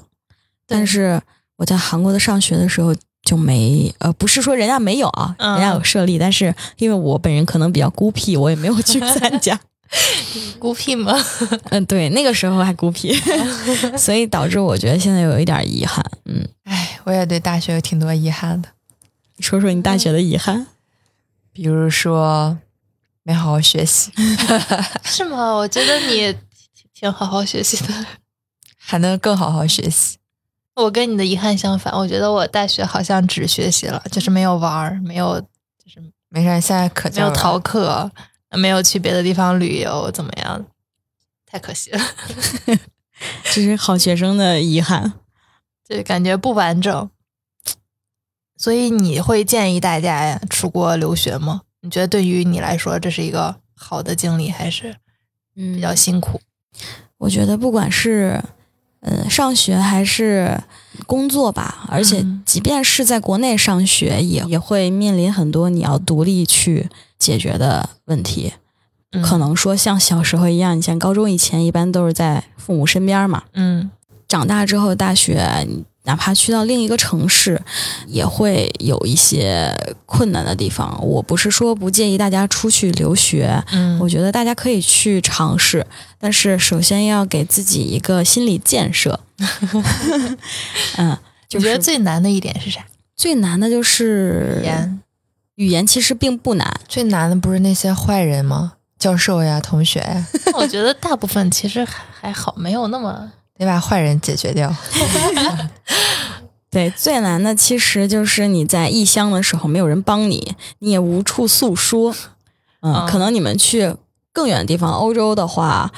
Speaker 1: 但是我在韩国的上学的时候。就没呃，不是说人家没有啊，
Speaker 5: 嗯
Speaker 1: 人家有设立，但是因为我本人可能比较孤僻，我也没有去 参加。
Speaker 5: 孤僻吗？
Speaker 1: 嗯，对，那个时候还孤 僻，所以导致我觉得现在有一点儿遗憾。嗯，
Speaker 3: 哎，我也对大学有挺多遗憾的，
Speaker 1: 说说你大学的遗憾。
Speaker 3: 比如说没好好学习，
Speaker 5: 是吗？我觉得你挺挺好好学习的。
Speaker 3: 还能更好好学习。
Speaker 5: 我跟你的遗憾相反，我觉得我大学好像只学习了，就是没有玩儿，没有就是
Speaker 3: 没事，现在可
Speaker 5: 没有
Speaker 3: 劲儿了
Speaker 5: 逃课，没有去别的地方旅游，怎么样？太可惜了，
Speaker 1: 这是好学生的遗憾。
Speaker 5: 就感觉不完整。所以你会建议大家呀出国留学吗？你觉得对于你来说，这是一个好的经历，还是
Speaker 1: 嗯
Speaker 5: 比较辛苦？
Speaker 1: 我觉得不管是呃上学还是工作吧，而且
Speaker 5: 嗯
Speaker 1: 即便是在国内上学，也也会面临很多你要独立去解决的问题。不可能说像小时候一样，你像高中以前一般都是在父母身边嘛，
Speaker 5: 嗯
Speaker 1: 长大之后，大学你哪怕去到另一个城市，也会有一些困难的地方。我不是说不建议大家出去留学，
Speaker 5: 嗯
Speaker 1: 我觉得大家可以去尝试，但是首先要给自己一个心理建设。嗯，就
Speaker 5: 你觉得
Speaker 1: 是
Speaker 5: 最难的一点是啥？
Speaker 1: 最难的就是
Speaker 5: 语 言。
Speaker 1: 语言其实并不难，
Speaker 3: 最难的不是那些坏人吗？教授呀，同学呀，
Speaker 5: 那我觉得大部分其实还还好，没有 那么
Speaker 3: 得把坏人解决掉。
Speaker 1: 对，最难的其实就是你在异乡的时候没有人帮你，你也无处诉说。嗯，
Speaker 5: 嗯
Speaker 1: 可能你们去更远的地方，欧洲的话，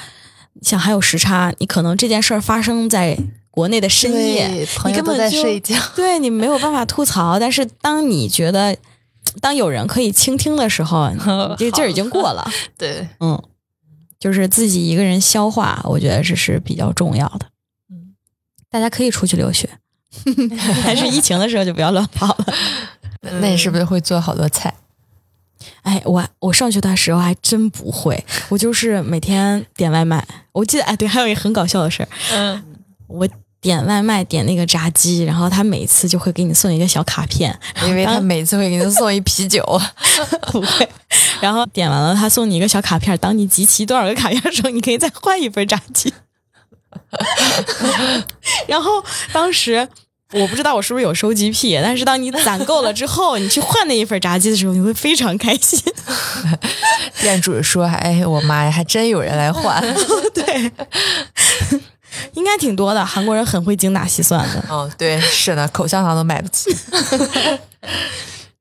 Speaker 1: 像还有时差，你可能这件事儿发生在国内的深夜，
Speaker 5: 对朋友
Speaker 1: 根
Speaker 5: 都
Speaker 1: 本
Speaker 5: 在
Speaker 1: 就
Speaker 5: 睡觉。
Speaker 1: 对你没有办法吐槽。但是当你觉得当有人可以倾听的时 候，你这个劲儿已经过了。
Speaker 5: 对，
Speaker 1: 嗯，就是自己一个人消化，我觉得这是比较重要的。
Speaker 5: 嗯
Speaker 1: 大家可以出去留学， 但是疫情的时候就不要乱跑了。
Speaker 3: 那你是不是会做好多菜？
Speaker 1: 哎，我我上学的时候还真不会，我就是每天点外卖。我记得哎，对，还有一个很搞笑的事儿，
Speaker 5: 嗯，
Speaker 1: 我点外卖点那个炸鸡，然后他每次就会给你送一个小卡片，
Speaker 3: 因为他每次会给你送一啤酒，
Speaker 1: 不会，然后点完了他送你一个小卡片，当你集齐多少个卡片的时候，你可以再换一份炸鸡。 然后当时我不知道我是不是有收集癖，但是当你攒够了之后，你去换那一份炸鸡的时候，你会非常开心。
Speaker 3: 店主说：“哎，我妈呀，还真有人来换。
Speaker 1: 对，应该挺多的。韩国人很会精打细算的”。
Speaker 3: 哦，对，是的，口香糖都买不起。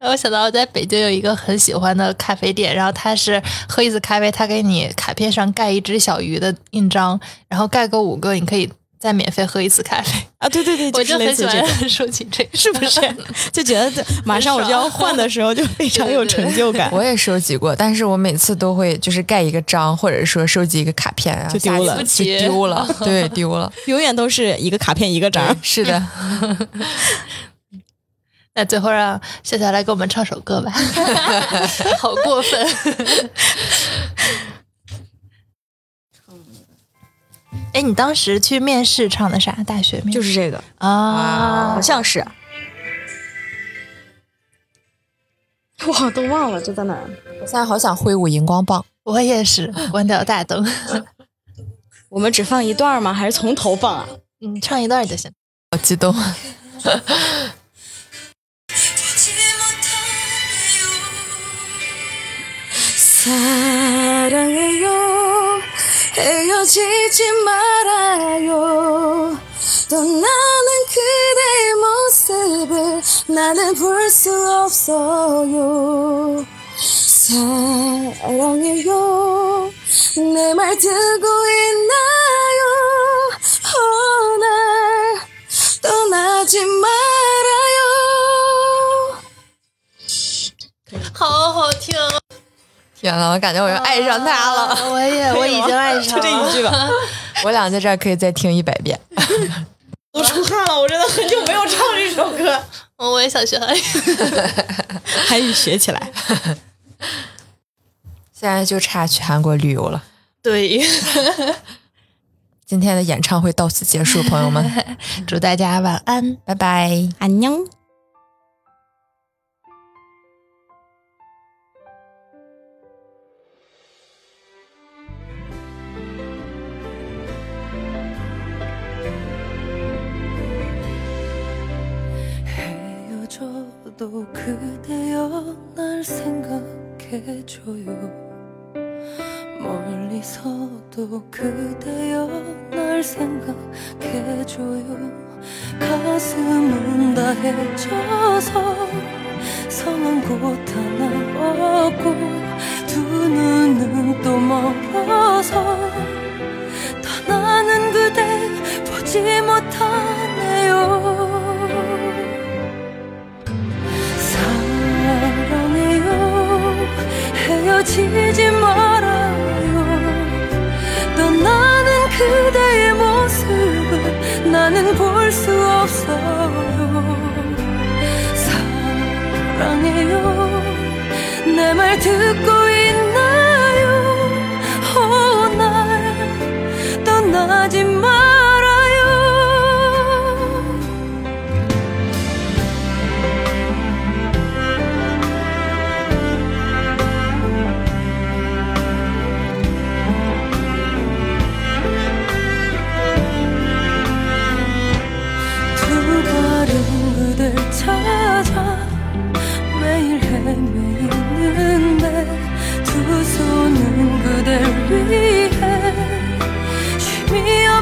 Speaker 2: 我想到我在北京有一个很喜欢的咖啡店，然后它是喝一次咖啡，它给你卡片上盖一只小鱼的印章，然后盖够五个，你可以再免费喝一次咖 啡。
Speaker 1: 啊，对对对，
Speaker 2: 我
Speaker 1: 是
Speaker 2: 就
Speaker 1: 类
Speaker 2: 很喜
Speaker 1: 似这种，
Speaker 2: 欢 说起这个，
Speaker 1: 是不是？ 就觉得这马上我就要换的时候，就非常有成就感。
Speaker 3: 我也收集过，但是我每次都会就是盖一个章，或者说收集一个卡片，然后
Speaker 1: 就丢
Speaker 3: 下次
Speaker 1: 了
Speaker 2: 对不
Speaker 3: 就
Speaker 2: 起
Speaker 3: 丢了，对，丢了。
Speaker 1: 永远都是一个卡片一个章。
Speaker 3: 是的，
Speaker 2: 那最后让笑笑来给我们唱首 歌吧，好过分。哎，你当时去面试唱的啥？大学面试
Speaker 1: 就是这个，
Speaker 2: 啊，
Speaker 1: 好像是。 我都忘了这在哪儿。
Speaker 3: 我现在好想挥舞荧光棒。
Speaker 2: 我也 是关掉大灯。
Speaker 1: 我们只放一段吗？还是从头放啊？
Speaker 2: 嗯，唱一段就行。
Speaker 3: 好激动！
Speaker 4: 사랑해요 헤어지지 말아요 떠나는 그대의 모습을 나는 볼 수 없어요 사랑해요 내 말 듣고 있나요 오늘 떠나지 말아요
Speaker 2: 好好听，
Speaker 3: 天呐，我感觉我又爱上他了。
Speaker 2: 啊我也我已经爱上
Speaker 1: 就这一
Speaker 2: 了。
Speaker 1: 句 吧。
Speaker 3: 我俩在这儿可以再听一百遍。
Speaker 1: 我出汗了，我真的很久没有唱这首歌。
Speaker 2: 我也想学韩语。
Speaker 1: 韩语学起来，
Speaker 3: 现在就差去韩国旅游了。
Speaker 2: 对，
Speaker 3: 今天的演唱会到此结束，朋友 们，
Speaker 2: 祝大家晚安。
Speaker 3: 拜拜。
Speaker 1: 安녕。
Speaker 4: 헤어져도 그대여 날 생각해줘요 멀리서도 그대여 날 생각해줘요 가슴은 다해져서 성한 곳 하나 없고 두 눈은 또 멀어서 떠나는 그대 보지 못하네요 사랑해요 헤어지지 말아요 떠나는 그대의 모습을 나는 볼 수 없어요 사랑해요 내 말 듣고 있나요 어, 오날 떠나지 말아요. 두 발은 그댈 찾아 매일 헤매이는데 두 손은 그댈 위해 쉼이 없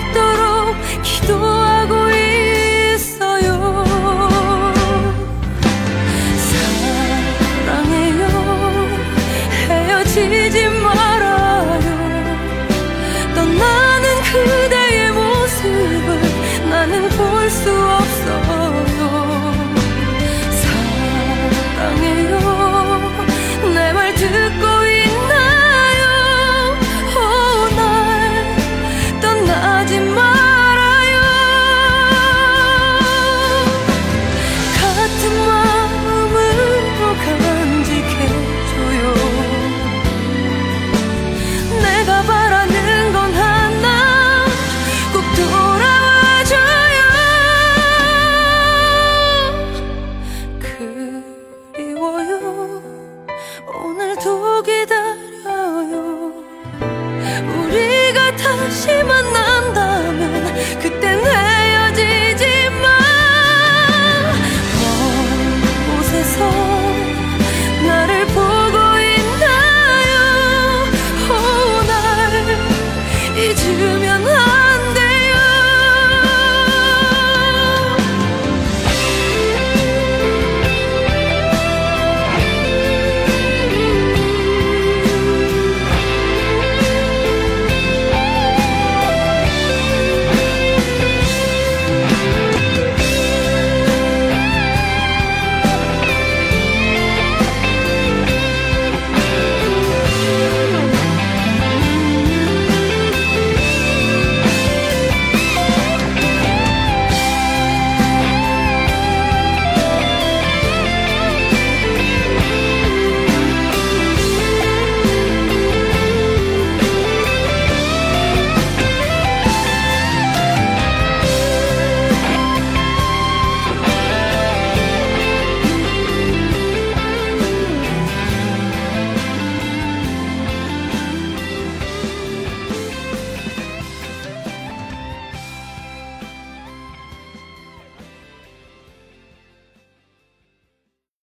Speaker 4: Oh, 주면 아